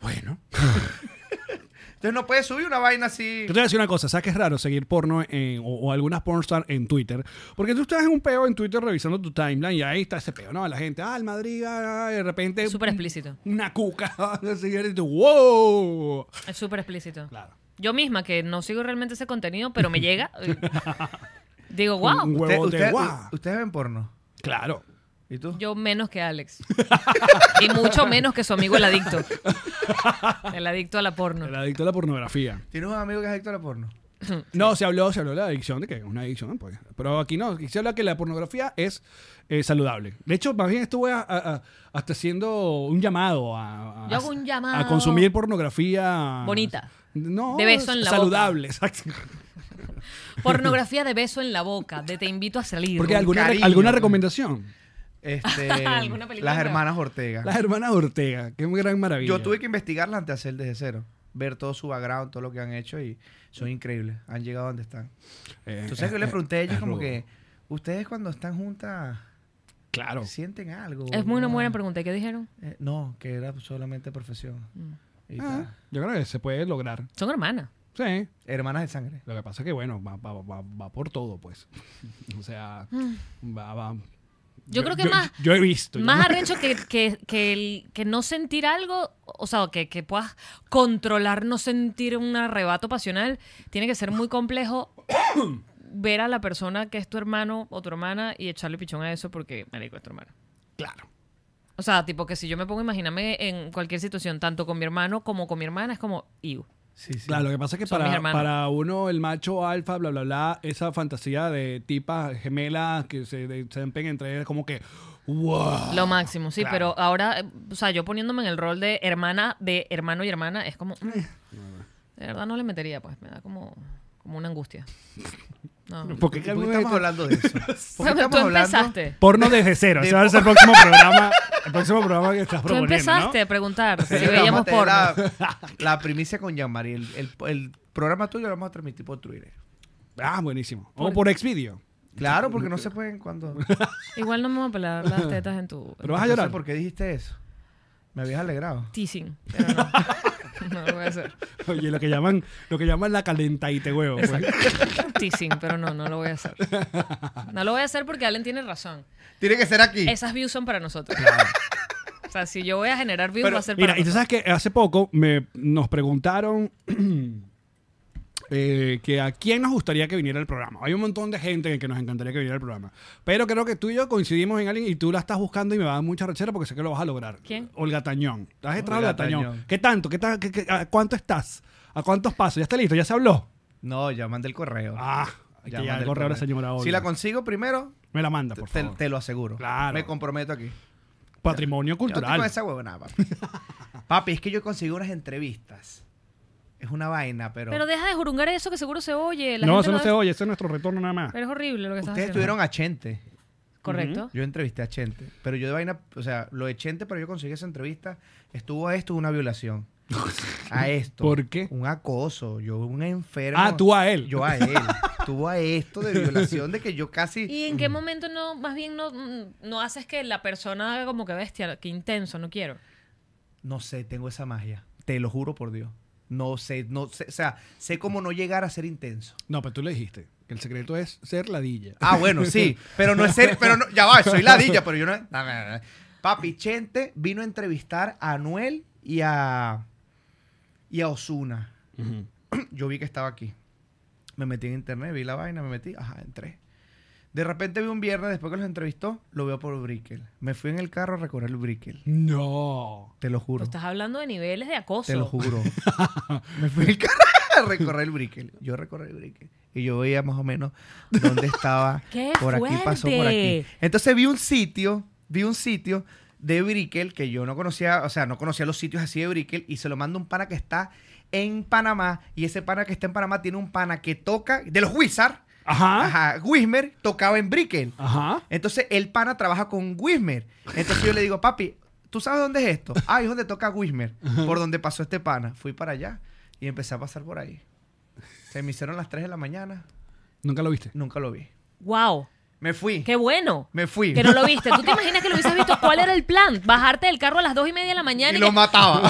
Speaker 3: Bueno.
Speaker 4: Entonces no puedes subir una vaina así.
Speaker 3: Yo te voy a decir una cosa, ¿sabes que es raro seguir porno en- o, o algunas pornstar en Twitter? Porque tú estás en un peo en Twitter revisando tu timeline y ahí está ese peo, ¿no? La gente, ah, el Madrid, ah, de repente...
Speaker 2: Súper explícito.
Speaker 3: Una cuca. así, y tú, wow.
Speaker 2: Es súper explícito.
Speaker 3: Claro.
Speaker 2: Yo misma, que no sigo realmente ese contenido, pero me llega. eh, digo,
Speaker 3: Un
Speaker 2: wow.
Speaker 3: huevo
Speaker 4: Usted-
Speaker 3: de
Speaker 4: usted-
Speaker 3: guau.
Speaker 4: ¿Ustedes ven porno?
Speaker 3: Claro.
Speaker 4: ¿Y tú?
Speaker 2: Yo menos que Alex. y mucho menos que su amigo el adicto. El adicto a la porno.
Speaker 3: El adicto a la pornografía.
Speaker 4: ¿Tienes un amigo que es adicto a la porno?
Speaker 3: No, se habló, se habló de la adicción, de que es una adicción, pues. Pero aquí no, aquí se habla que la pornografía es eh, saludable. De hecho, más bien estuve a- a- a- hasta haciendo un llamado a, a-
Speaker 2: Yo hago un llamado.
Speaker 3: a consumir pornografía
Speaker 2: Bonita.
Speaker 3: No,
Speaker 2: De beso en la
Speaker 3: saludable, exacto.
Speaker 2: Pornografía de beso en la boca, de te invito a salir.
Speaker 3: Porque alguna,
Speaker 4: cariño.
Speaker 3: alguna recomendación.
Speaker 4: Este,
Speaker 2: ¿Alguna película
Speaker 4: las
Speaker 2: nueva?
Speaker 4: hermanas Ortega.
Speaker 3: Las hermanas Ortega, que es muy gran maravilla.
Speaker 4: Yo tuve que investigarla antes de hacer desde cero. Ver todo su background, todo lo que han hecho y son increíbles. Han llegado donde están.
Speaker 3: Eh,
Speaker 4: Entonces
Speaker 3: eh,
Speaker 4: yo le pregunté a ellos
Speaker 3: es
Speaker 4: como
Speaker 3: rudo.
Speaker 4: que, ¿ustedes cuando están juntas
Speaker 3: Claro.
Speaker 4: sienten algo?
Speaker 2: Es muy una
Speaker 4: ¿no?
Speaker 2: buena pregunta. ¿Y ¿Qué dijeron?
Speaker 4: Eh, no, que era solamente profesión.
Speaker 2: Mm.
Speaker 4: Y
Speaker 3: Ah,
Speaker 4: tal.
Speaker 3: yo creo que se puede lograr.
Speaker 2: Son hermanas.
Speaker 3: Sí.
Speaker 4: Hermanas de sangre.
Speaker 3: Lo que pasa es que, bueno, va, va- va- va por todo, pues. O sea, va, va.
Speaker 2: Yo creo que más-
Speaker 3: Yo he visto. yo
Speaker 2: Más
Speaker 3: no-
Speaker 2: arrecho que, que, que, el- que no sentir algo, o sea, que, que puedas controlar, no sentir un arrebato pasional, tiene que ser muy complejo ver a la persona que es tu hermano o tu hermana y echarle pichón a eso porque, marico, es tu hermano.
Speaker 3: Claro.
Speaker 2: O sea, tipo que si yo me pongo a imaginarme en cualquier situación, tanto con mi hermano como con mi hermana, es como, iu.
Speaker 4: Sí, sí.
Speaker 3: Claro, lo que pasa es que
Speaker 2: Son mis
Speaker 3: para,
Speaker 2: hermanos.
Speaker 3: para uno, el macho alfa, bla, bla, bla, esa fantasía de tipas gemelas que se, de- se ven entre ellas, como que, wow.
Speaker 4: Ah,
Speaker 2: Lo máximo, sí,
Speaker 3: Claro.
Speaker 2: pero ahora, eh, o sea, yo poniéndome en el rol de hermana, de hermano y hermana, es como. mm. De verdad no le metería, pues, me da como, como una angustia. No.
Speaker 3: ¿Por qué
Speaker 4: ¿Y ¿Por qué
Speaker 3: alguna
Speaker 4: estamos
Speaker 3: vez-
Speaker 4: hablando de eso? ¿Por qué
Speaker 2: Bueno,
Speaker 4: estamos
Speaker 2: tú
Speaker 4: hablando?
Speaker 2: empezaste.
Speaker 3: Porno desde cero.
Speaker 4: De
Speaker 3: Ese va a ser el próximo programa, el próximo programa que estás
Speaker 2: Tú
Speaker 3: proponiendo,
Speaker 2: empezaste
Speaker 3: ¿no?
Speaker 2: a preguntar si
Speaker 4: Sí, vamos
Speaker 2: veíamos
Speaker 4: a tener
Speaker 2: porno.
Speaker 4: La, la primicia con Jean-Marie. El, el- el programa tuyo lo vamos a transmitir por Twitter.
Speaker 3: Ah, buenísimo. O por Exvideo.
Speaker 4: Claro, porque no se pueden cuando...
Speaker 2: Igual no me voy a pelar las tetas en tu
Speaker 3: Pero vas a
Speaker 4: No sé
Speaker 3: llorar.
Speaker 4: ¿Por qué dijiste eso? Me habías alegrado.
Speaker 2: teasing, pero no. No lo voy a hacer.
Speaker 3: Oye, lo que llaman, lo que llaman la calentaite huevo. pues.
Speaker 2: Teasing, pero no, no lo voy a hacer. No lo voy a hacer porque Allen tiene razón.
Speaker 4: Tiene que ser aquí.
Speaker 2: Esas views son para nosotros. O sea, si yo voy a generar views,
Speaker 3: Pero,
Speaker 2: va a ser para
Speaker 3: mira, y tú
Speaker 2: nosotros.
Speaker 3: sabes que hace poco me, nos preguntaron eh, que a quién nos gustaría que viniera el programa. Hay un montón de gente que nos encantaría que viniera el programa. Pero creo que tú y yo coincidimos en alguien y tú la estás buscando y me va a dar mucha rechera porque sé que lo vas a lograr.
Speaker 2: ¿Quién?
Speaker 3: Olga Tañón. ¿Estás detrás de
Speaker 4: Olga
Speaker 3: Olga Tañón?
Speaker 4: Tañón.
Speaker 3: ¿Qué tanto? ¿Qué tan- qué- qué- ¿A cuánto estás? ¿A cuántos pasos? ¿Ya está listo? ¿Ya se habló?
Speaker 4: No, ya mandé el correo.
Speaker 3: Ah, hay que
Speaker 4: mandé
Speaker 3: ya
Speaker 4: el
Speaker 3: el correo a la señora Olga.
Speaker 4: Si la consigo primero,
Speaker 3: me la manda,
Speaker 4: te,
Speaker 3: por
Speaker 4: te-
Speaker 3: favor.
Speaker 4: te lo aseguro.
Speaker 3: Claro.
Speaker 4: Me comprometo aquí.
Speaker 3: Patrimonio
Speaker 4: Yo no tengo
Speaker 3: cultural.
Speaker 4: esa huevonada, papi. papi, es que yo conseguí unas entrevistas. Es una vaina, pero...
Speaker 2: Pero deja de jurungar eso que seguro se oye. La
Speaker 3: No,
Speaker 2: gente
Speaker 3: eso no
Speaker 2: lo-
Speaker 3: se oye. Ese es nuestro retorno nada más.
Speaker 2: Pero es horrible lo que estás
Speaker 4: ustedes
Speaker 2: haciendo.
Speaker 4: tuvieron a Chente.
Speaker 2: correcto.
Speaker 4: Yo entrevisté a Chente, pero yo de vaina, o sea, lo de Chente, pero yo conseguí esa entrevista, estuvo a esto una violación. A esto.
Speaker 3: ¿Por qué?
Speaker 4: Un acoso. Yo, un enfermo.
Speaker 3: Ah, tú a él.
Speaker 4: Yo a él. Tuvo a esto de violación, de que yo casi.
Speaker 2: ¿Y en qué momento no, más bien no, mm, no haces que la persona haga como que bestia, que intenso, no quiero?
Speaker 4: No sé, tengo esa magia. Te lo juro por Dios. No sé, no sé, o sea, sé cómo no llegar a ser intenso.
Speaker 3: No, pero tú le dijiste que el secreto es ser ladilla.
Speaker 4: Ah, bueno, sí, pero no es ser, pero no, ya va, soy ladilla, pero yo no, no, no, no. Papi Chente vino a entrevistar a Anuel y a y a Osuna.
Speaker 3: Ujú.
Speaker 4: Yo vi que estaba aquí. Me metí en internet, vi la vaina, me metí, ajá, entré. De repente vi un viernes después que los entrevistó, lo veo por Brickel. Me fui en el carro a recorrer el Brickel.
Speaker 3: No.
Speaker 4: Te lo juro.
Speaker 2: Pues estás hablando de niveles de acoso.
Speaker 4: Te lo juro. Me fui el carro a recorrer el Brickel. Yo recorrí el Brickel. Y yo veía más o menos dónde estaba.
Speaker 2: ¡Qué
Speaker 4: por aquí pasó por aquí.
Speaker 2: fuerte!
Speaker 4: Entonces vi un sitio, vi un sitio de Brickel que yo no conocía, o sea, no conocía los sitios así de Brickel. Y se lo mando a un pana que está en Panamá. Y ese pana que está en Panamá tiene un pana que toca de los Wizards.
Speaker 2: Ah.
Speaker 3: Ajá. Ajá.
Speaker 4: Ajá. Wismer tocaba en Brickel. Entonces el pana trabaja con Wismer. Entonces yo le digo, papi, ¿tú sabes dónde es esto? Ah, es donde toca Wismer, por donde pasó este pana. Fui para allá y empecé a pasar por ahí. Se me hicieron las 3 de la mañana,
Speaker 3: Nunca lo viste.
Speaker 4: nunca lo vi.
Speaker 2: ¡Wow!
Speaker 4: Me fui.
Speaker 2: ¡Qué bueno!
Speaker 4: Me fui.
Speaker 2: Que no lo viste. ¿Tú te imaginas que lo hubieses visto? ¿Cuál era el plan? Bajarte del carro a las dos y media de la mañana
Speaker 4: y
Speaker 2: y,
Speaker 4: lo
Speaker 2: que-
Speaker 4: mataba.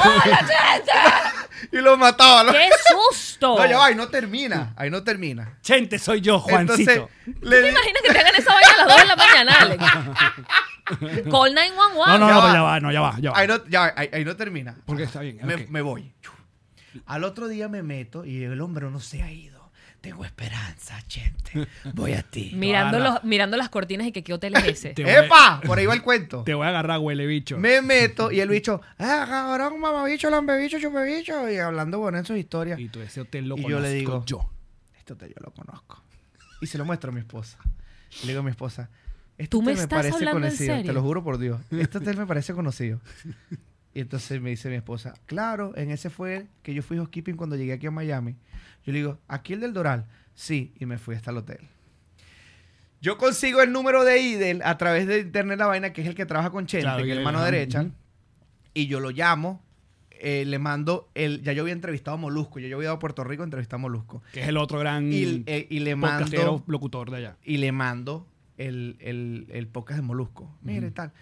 Speaker 4: y lo mataba. lo-
Speaker 2: ¡Qué susto!
Speaker 4: No, ya va, ahí no termina. Ahí no termina.
Speaker 3: Chente, soy yo,
Speaker 4: Entonces, le
Speaker 2: ¿Tú te
Speaker 4: di-
Speaker 2: imaginas que te hagan esa vaina a las dos de la mañana, Alex? Call 911.
Speaker 3: no, no,
Speaker 4: Ya
Speaker 3: no,
Speaker 4: va.
Speaker 3: ya va, no, ya va, ya va.
Speaker 4: Ahí no, ya, ahí, ahí no termina.
Speaker 3: Porque está bien,
Speaker 4: Me,
Speaker 3: ok.
Speaker 4: me voy. Al otro día me meto y el hombre no se ha ido. Tengo esperanza, gente. Voy a ti.
Speaker 2: Mirando,
Speaker 3: Guarda.
Speaker 2: los, mirando las cortinas y que qué hotel es ese.
Speaker 3: Te voy a-
Speaker 4: ¡Epa! Por ahí va el cuento.
Speaker 3: Te voy a agarrar, huele bicho.
Speaker 4: Me meto y el bicho, ah, cabrón, mamabicho, lambebicho, chupebicho, y hablando bueno en sus historias.
Speaker 3: Y tú ese hotel lo
Speaker 4: Y
Speaker 3: conozco
Speaker 4: yo le digo-
Speaker 3: yo.
Speaker 4: Esto te, yo lo conozco. Y se lo muestro a mi esposa. Le digo a mi esposa, esto
Speaker 2: ¿Tú me
Speaker 4: me
Speaker 2: estás
Speaker 4: parece
Speaker 2: hablando en
Speaker 4: conocido, te
Speaker 2: serio?
Speaker 4: lo juro por Dios. Este hotel me parece conocido. Y entonces me dice mi esposa, claro, en ese fue el que yo fui housekeeping cuando llegué aquí a Miami. Yo le digo, ¿aquí el del Doral? Sí, y me fui hasta el hotel. Yo consigo el número de Idel a través de internet la vaina, que es el que trabaja con Chente,
Speaker 3: Claro,
Speaker 4: que es
Speaker 3: Idel,
Speaker 4: el mano
Speaker 3: ajá,
Speaker 4: derecha.
Speaker 3: ujú.
Speaker 4: Y yo lo llamo, eh, le mando el... Ya yo había entrevistado a Molusco, ya yo había ido a Puerto Rico a entrevistar a Molusco.
Speaker 3: Que es el otro gran
Speaker 4: Y, eh, y le
Speaker 3: podcastero,
Speaker 4: mando
Speaker 3: locutor de allá.
Speaker 4: y le mando el, el, el podcast de Molusco. Mire, tal.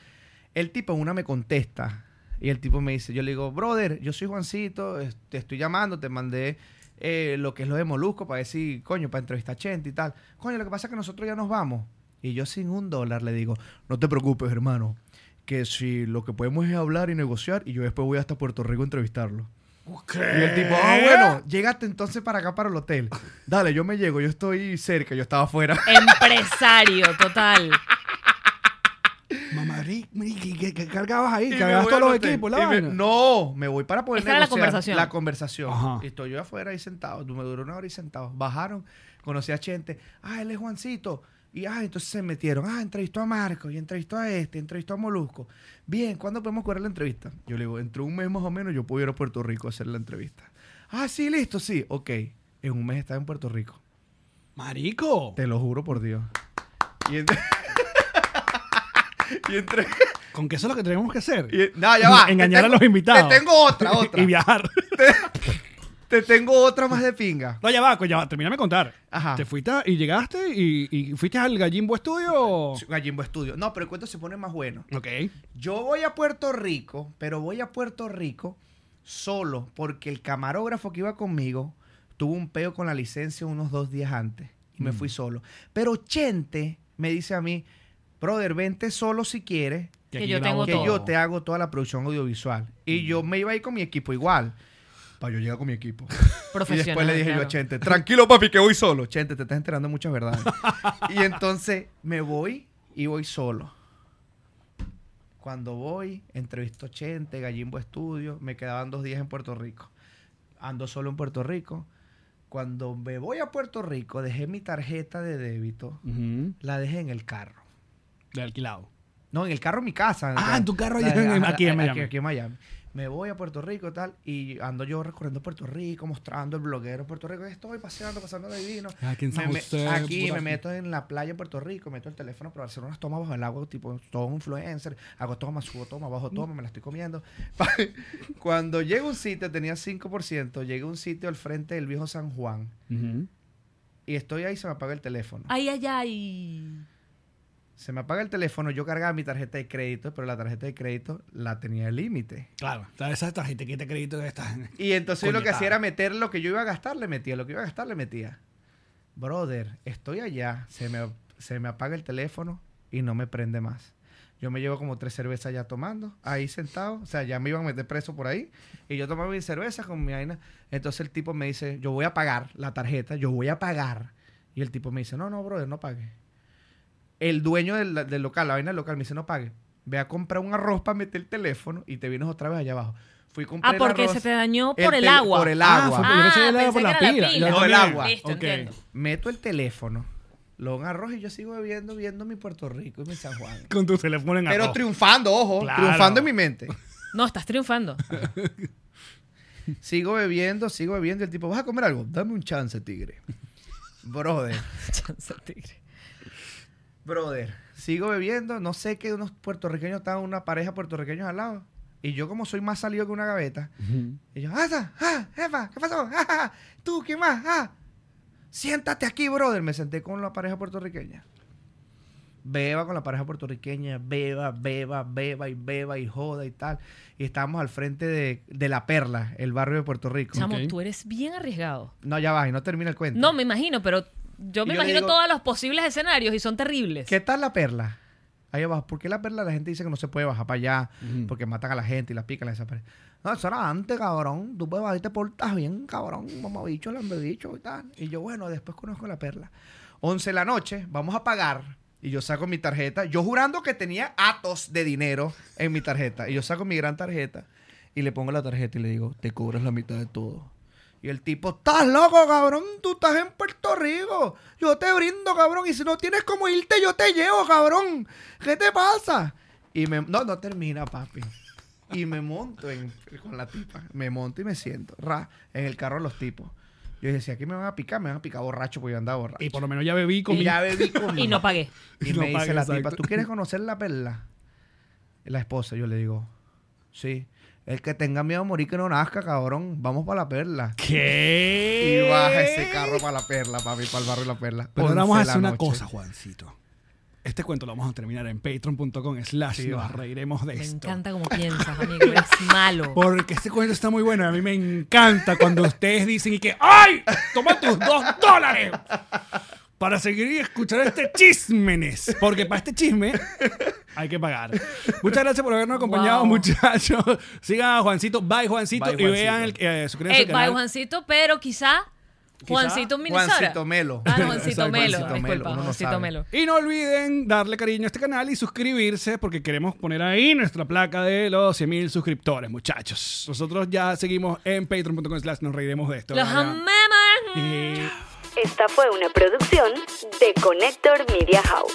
Speaker 4: El tipo en una me contesta y el tipo me dice, yo le digo, brother, yo soy Juancito, es- te estoy llamando, te mandé eh, lo que es lo de Molusco para decir, coño, para entrevistar a Chente y tal. Coño, lo que pasa es que nosotros ya nos vamos. Y yo sin un dólar le digo, no te preocupes, hermano, que si lo que podemos es hablar y negociar y yo después voy hasta Puerto Rico a entrevistarlo. Y el tipo, ah, bueno, llégate entonces para acá, para el hotel. Dale, yo me llego, yo estoy cerca, yo estaba afuera.
Speaker 2: Empresario, total.
Speaker 3: Mamá, Rick, Rick, ¿qué- qué cargabas ahí?
Speaker 4: Y me
Speaker 3: Cargabas
Speaker 4: voy
Speaker 3: todos
Speaker 4: al
Speaker 3: los
Speaker 4: hotel.
Speaker 3: equipos,
Speaker 4: Y
Speaker 3: la
Speaker 4: me-
Speaker 3: vaina.
Speaker 4: No, me voy para poder
Speaker 2: Esa era la
Speaker 4: negociar
Speaker 2: conversación.
Speaker 4: La conversación.
Speaker 3: Ajá.
Speaker 4: Y Estoy yo afuera ahí sentado. Me duró una hora y sentado. Bajaron, conocí a gente. Ah, él es Juancito. Y ah, entonces se metieron. Ah, entrevistó a Marco, y entrevistó a este, entrevistó a Molusco. Bien, ¿cuándo podemos cobrar la entrevista? Yo le digo, entre un mes más o menos yo puedo ir a Puerto Rico a hacer la entrevista. Ah, sí, listo, sí. Ok. En un mes estaba en Puerto Rico.
Speaker 3: Marico.
Speaker 4: Te lo juro por Dios. Y entre... y entre...
Speaker 3: Con que eso es lo que tenemos que hacer.
Speaker 4: y- No, ya va. Te
Speaker 3: Engañar a
Speaker 4: tengo-
Speaker 3: los invitados.
Speaker 4: Te tengo otra, otra.
Speaker 3: y viajar.
Speaker 4: Te tengo otra más de pinga.
Speaker 3: No, ya va, pues ya va, termíname de contar.
Speaker 4: Ajá.
Speaker 3: Te fuiste a- y llegaste y, y fuiste al Gallimbo Estudio.
Speaker 4: Gallimbo Estudio. No, pero el cuento se pone más bueno.
Speaker 3: Ok.
Speaker 4: Yo voy a Puerto Rico, pero voy a Puerto Rico solo porque el camarógrafo que iba conmigo tuvo un peo con la licencia unos dos días antes y
Speaker 3: Mm.
Speaker 4: me fui solo. Pero Chente me dice a mí, brother, vente solo si quieres,
Speaker 2: Que
Speaker 3: aquí
Speaker 2: yo
Speaker 3: grabo
Speaker 2: tengo
Speaker 4: que
Speaker 2: todo.
Speaker 4: yo te hago toda la producción audiovisual. Y yo me iba a ir con mi equipo igual. Para yo llegar con mi equipo. Y
Speaker 2: Profesional.
Speaker 4: después le dije yo a
Speaker 2: claro.
Speaker 4: Chente, tranquilo papi, que voy solo. Chente, te estás enterando de muchas verdades. y entonces me voy y voy solo. Cuando voy, entrevisto a Chente, Gallimbo Estudio, me quedaban dos días en Puerto Rico. Ando solo en Puerto Rico. Cuando me voy a Puerto Rico, dejé mi tarjeta de débito,
Speaker 3: Ujú.
Speaker 4: la dejé en el carro.
Speaker 3: De alquilado.
Speaker 4: No, en el carro en mi casa. Pues,
Speaker 3: Ah, en tu carro
Speaker 4: La
Speaker 3: allá en-
Speaker 4: ajá,
Speaker 3: aquí en Miami.
Speaker 4: Aquí, en Miami. me voy a Puerto Rico y tal, y ando yo recorriendo Puerto Rico, mostrando el bloguero de Puerto Rico, y estoy paseando, pasando divino.
Speaker 3: Aquí en San
Speaker 4: Me- me-
Speaker 3: José,
Speaker 4: aquí
Speaker 3: pura-
Speaker 4: me meto en la playa de Puerto Rico, meto el teléfono para hacer unas tomas bajo el agua, tipo todo un influencer, hago tomas, subo tomas, bajo tomas, me la estoy comiendo. Cuando llego a un sitio, tenía 5%, llegué a un sitio al frente del viejo San Juan,
Speaker 3: Ujú.
Speaker 4: y estoy ahí, se me apaga el teléfono.
Speaker 2: Ay, ay, ay.
Speaker 4: Se me apaga el teléfono, yo cargaba mi tarjeta de crédito, pero la tarjeta de crédito la tenía el límite.
Speaker 3: Claro, claro, esa tarjeta que te crédito de estas.
Speaker 4: Y entonces yo lo que
Speaker 3: Coñetada.
Speaker 4: hacía era meter lo que yo iba a gastar, le metía, lo que iba a gastar, le metía. Brother, estoy allá, se me, se me apaga el teléfono y no me prende más. Yo me llevo como tres cervezas ya tomando, ahí sentado, o sea, ya me iban a meter preso por ahí, y yo tomaba mis cervezas con mi vaina. Entonces el tipo me dice, yo voy a pagar la tarjeta, yo voy a pagar. Y el tipo me dice, no, no, brother, no pague. El dueño del, del local, la vaina del local, me dice, no pague. Ve a comprar un arroz para meter el teléfono y te vienes otra vez allá abajo. Fui a comprar
Speaker 2: Ah, porque
Speaker 4: arroz.
Speaker 2: se te dañó por el,
Speaker 4: tele-
Speaker 2: agua.
Speaker 4: Por el
Speaker 3: Ah,
Speaker 4: agua.
Speaker 3: fue por- yo pensé que
Speaker 2: Ah,
Speaker 3: era
Speaker 2: pensé
Speaker 3: por
Speaker 2: que
Speaker 3: la
Speaker 2: era
Speaker 3: pila.
Speaker 2: pila.
Speaker 4: No, el
Speaker 2: También.
Speaker 4: agua.
Speaker 2: Listo,
Speaker 3: Ok.
Speaker 2: entiendo.
Speaker 4: Meto el teléfono, lo arroz y yo sigo bebiendo, viendo mi Puerto Rico y mi San Juan.
Speaker 3: Con tu teléfono en
Speaker 4: Pero
Speaker 3: arroz.
Speaker 4: triunfando, ojo,
Speaker 3: Claro.
Speaker 4: triunfando en mi mente.
Speaker 2: No, estás triunfando.
Speaker 4: Sigo bebiendo, sigo bebiendo. y El tipo, ¿vas a comer algo? Dame un chance, tigre. Brother,
Speaker 2: Chance, tigre.
Speaker 4: brother. Sigo bebiendo. No sé que unos puertorriqueños estaban, una pareja de puertorriqueños al lado. Y yo, como soy más salido que una gaveta,
Speaker 3: Ujú.
Speaker 4: Y yo, ¡Asa! ¡Ah! ¡Jefa! ¿Qué pasó? ¡Ah, ah, ah! ¿Tú? ¿Quién más? ¡Ah! Siéntate aquí, brother. Me senté con la pareja puertorriqueña. Beba con la pareja puertorriqueña, beba, beba, beba y beba y joda y tal. Y estábamos al frente de, de La Perla, el barrio de Puerto Rico.
Speaker 2: Chamo,
Speaker 3: Ok.
Speaker 2: tú eres bien arriesgado.
Speaker 4: No, ya vas y no termina el cuento.
Speaker 2: No, me imagino, pero yo me
Speaker 4: Y yo le
Speaker 2: imagino
Speaker 4: digo-
Speaker 2: todos los posibles escenarios y son terribles.
Speaker 4: ¿Qué tal La Perla? Ahí abajo. ¿Por qué La Perla la gente dice que no se puede bajar para allá?
Speaker 3: Ujú.
Speaker 4: Porque matan a la gente y la pican, la desaparecen. No, eso era antes, cabrón. Tú puedes bajar y te portas bien, cabrón. Mamabicho, lambebicho y tal. Y yo, bueno, después conozco La Perla. 11 de la noche, vamos a pagar. Y yo saco mi tarjeta. Yo jurando que tenía atos de dinero en mi tarjeta. Y yo saco mi gran tarjeta. Y le pongo la tarjeta y le digo, te cobras la mitad de todo. Y el tipo, estás loco, cabrón, tú estás en Puerto Rico. Yo te brindo, cabrón. Y si no tienes cómo irte, yo te llevo, cabrón. ¿Qué te pasa? Y me... No, no termina, papi. Y me monto en- con la tipa. Me monto y me siento. Ra, en el carro de los tipos. Yo decía, aquí me van a picar, me van a picar borracho porque yo andaba borracho.
Speaker 3: Y por lo menos ya bebí con
Speaker 4: Y ya bebí conmigo.
Speaker 2: Y no pagué.
Speaker 4: Y
Speaker 3: No
Speaker 4: me dice
Speaker 3: paga,
Speaker 4: la
Speaker 3: exacto.
Speaker 4: tipa, ¿tú quieres conocer la perla? La esposa, yo le digo, sí. El que tenga miedo a morir que no nazca, cabrón. Vamos para la perla.
Speaker 3: ¿Qué?
Speaker 4: Y baja ese carro para la perla, papi, para el barrio de la perla.
Speaker 3: Pero ahora
Speaker 4: 11
Speaker 3: vamos a
Speaker 4: de la
Speaker 3: hacer una
Speaker 4: noche.
Speaker 3: cosa, Juancito. Este cuento lo vamos a terminar en patreon.com slash
Speaker 4: Sí,
Speaker 3: nos
Speaker 4: va.
Speaker 3: reiremos de
Speaker 2: Me
Speaker 3: esto.
Speaker 2: encanta como piensas, amigo. Eres malo.
Speaker 3: Porque este cuento está muy bueno. A mí me encanta cuando ustedes dicen y que ¡Ay! Toma tus dos dólares para seguir y escuchar este chismenes. Porque para este chisme hay que pagar. Muchas gracias por habernos acompañado,
Speaker 2: Wow.
Speaker 3: muchachos. Sigan a Juancito. Bye, Juancito.
Speaker 4: Bye,
Speaker 3: y
Speaker 4: Juancito.
Speaker 3: vean el, eh, suscríbanse
Speaker 2: Eh,
Speaker 3: al canal.
Speaker 2: bye, Juancito, pero quizá, Juancito Minnesota.
Speaker 4: Juancito Melo.
Speaker 2: Ah, no, Juancito
Speaker 4: Exacto,
Speaker 2: Melo.
Speaker 4: Juancito Melo,
Speaker 2: Disculpa,
Speaker 4: uno no
Speaker 2: Juancito
Speaker 4: sabe.
Speaker 2: Melo.
Speaker 3: Y no olviden darle cariño a este canal y suscribirse porque queremos poner ahí nuestra placa de los 100.000 suscriptores, muchachos. Nosotros ya seguimos en patreon.com slash nos reiremos de esto.
Speaker 2: Los
Speaker 3: Vaya.
Speaker 2: amemos.
Speaker 3: Y-
Speaker 5: Esta fue una producción de Connector Media House.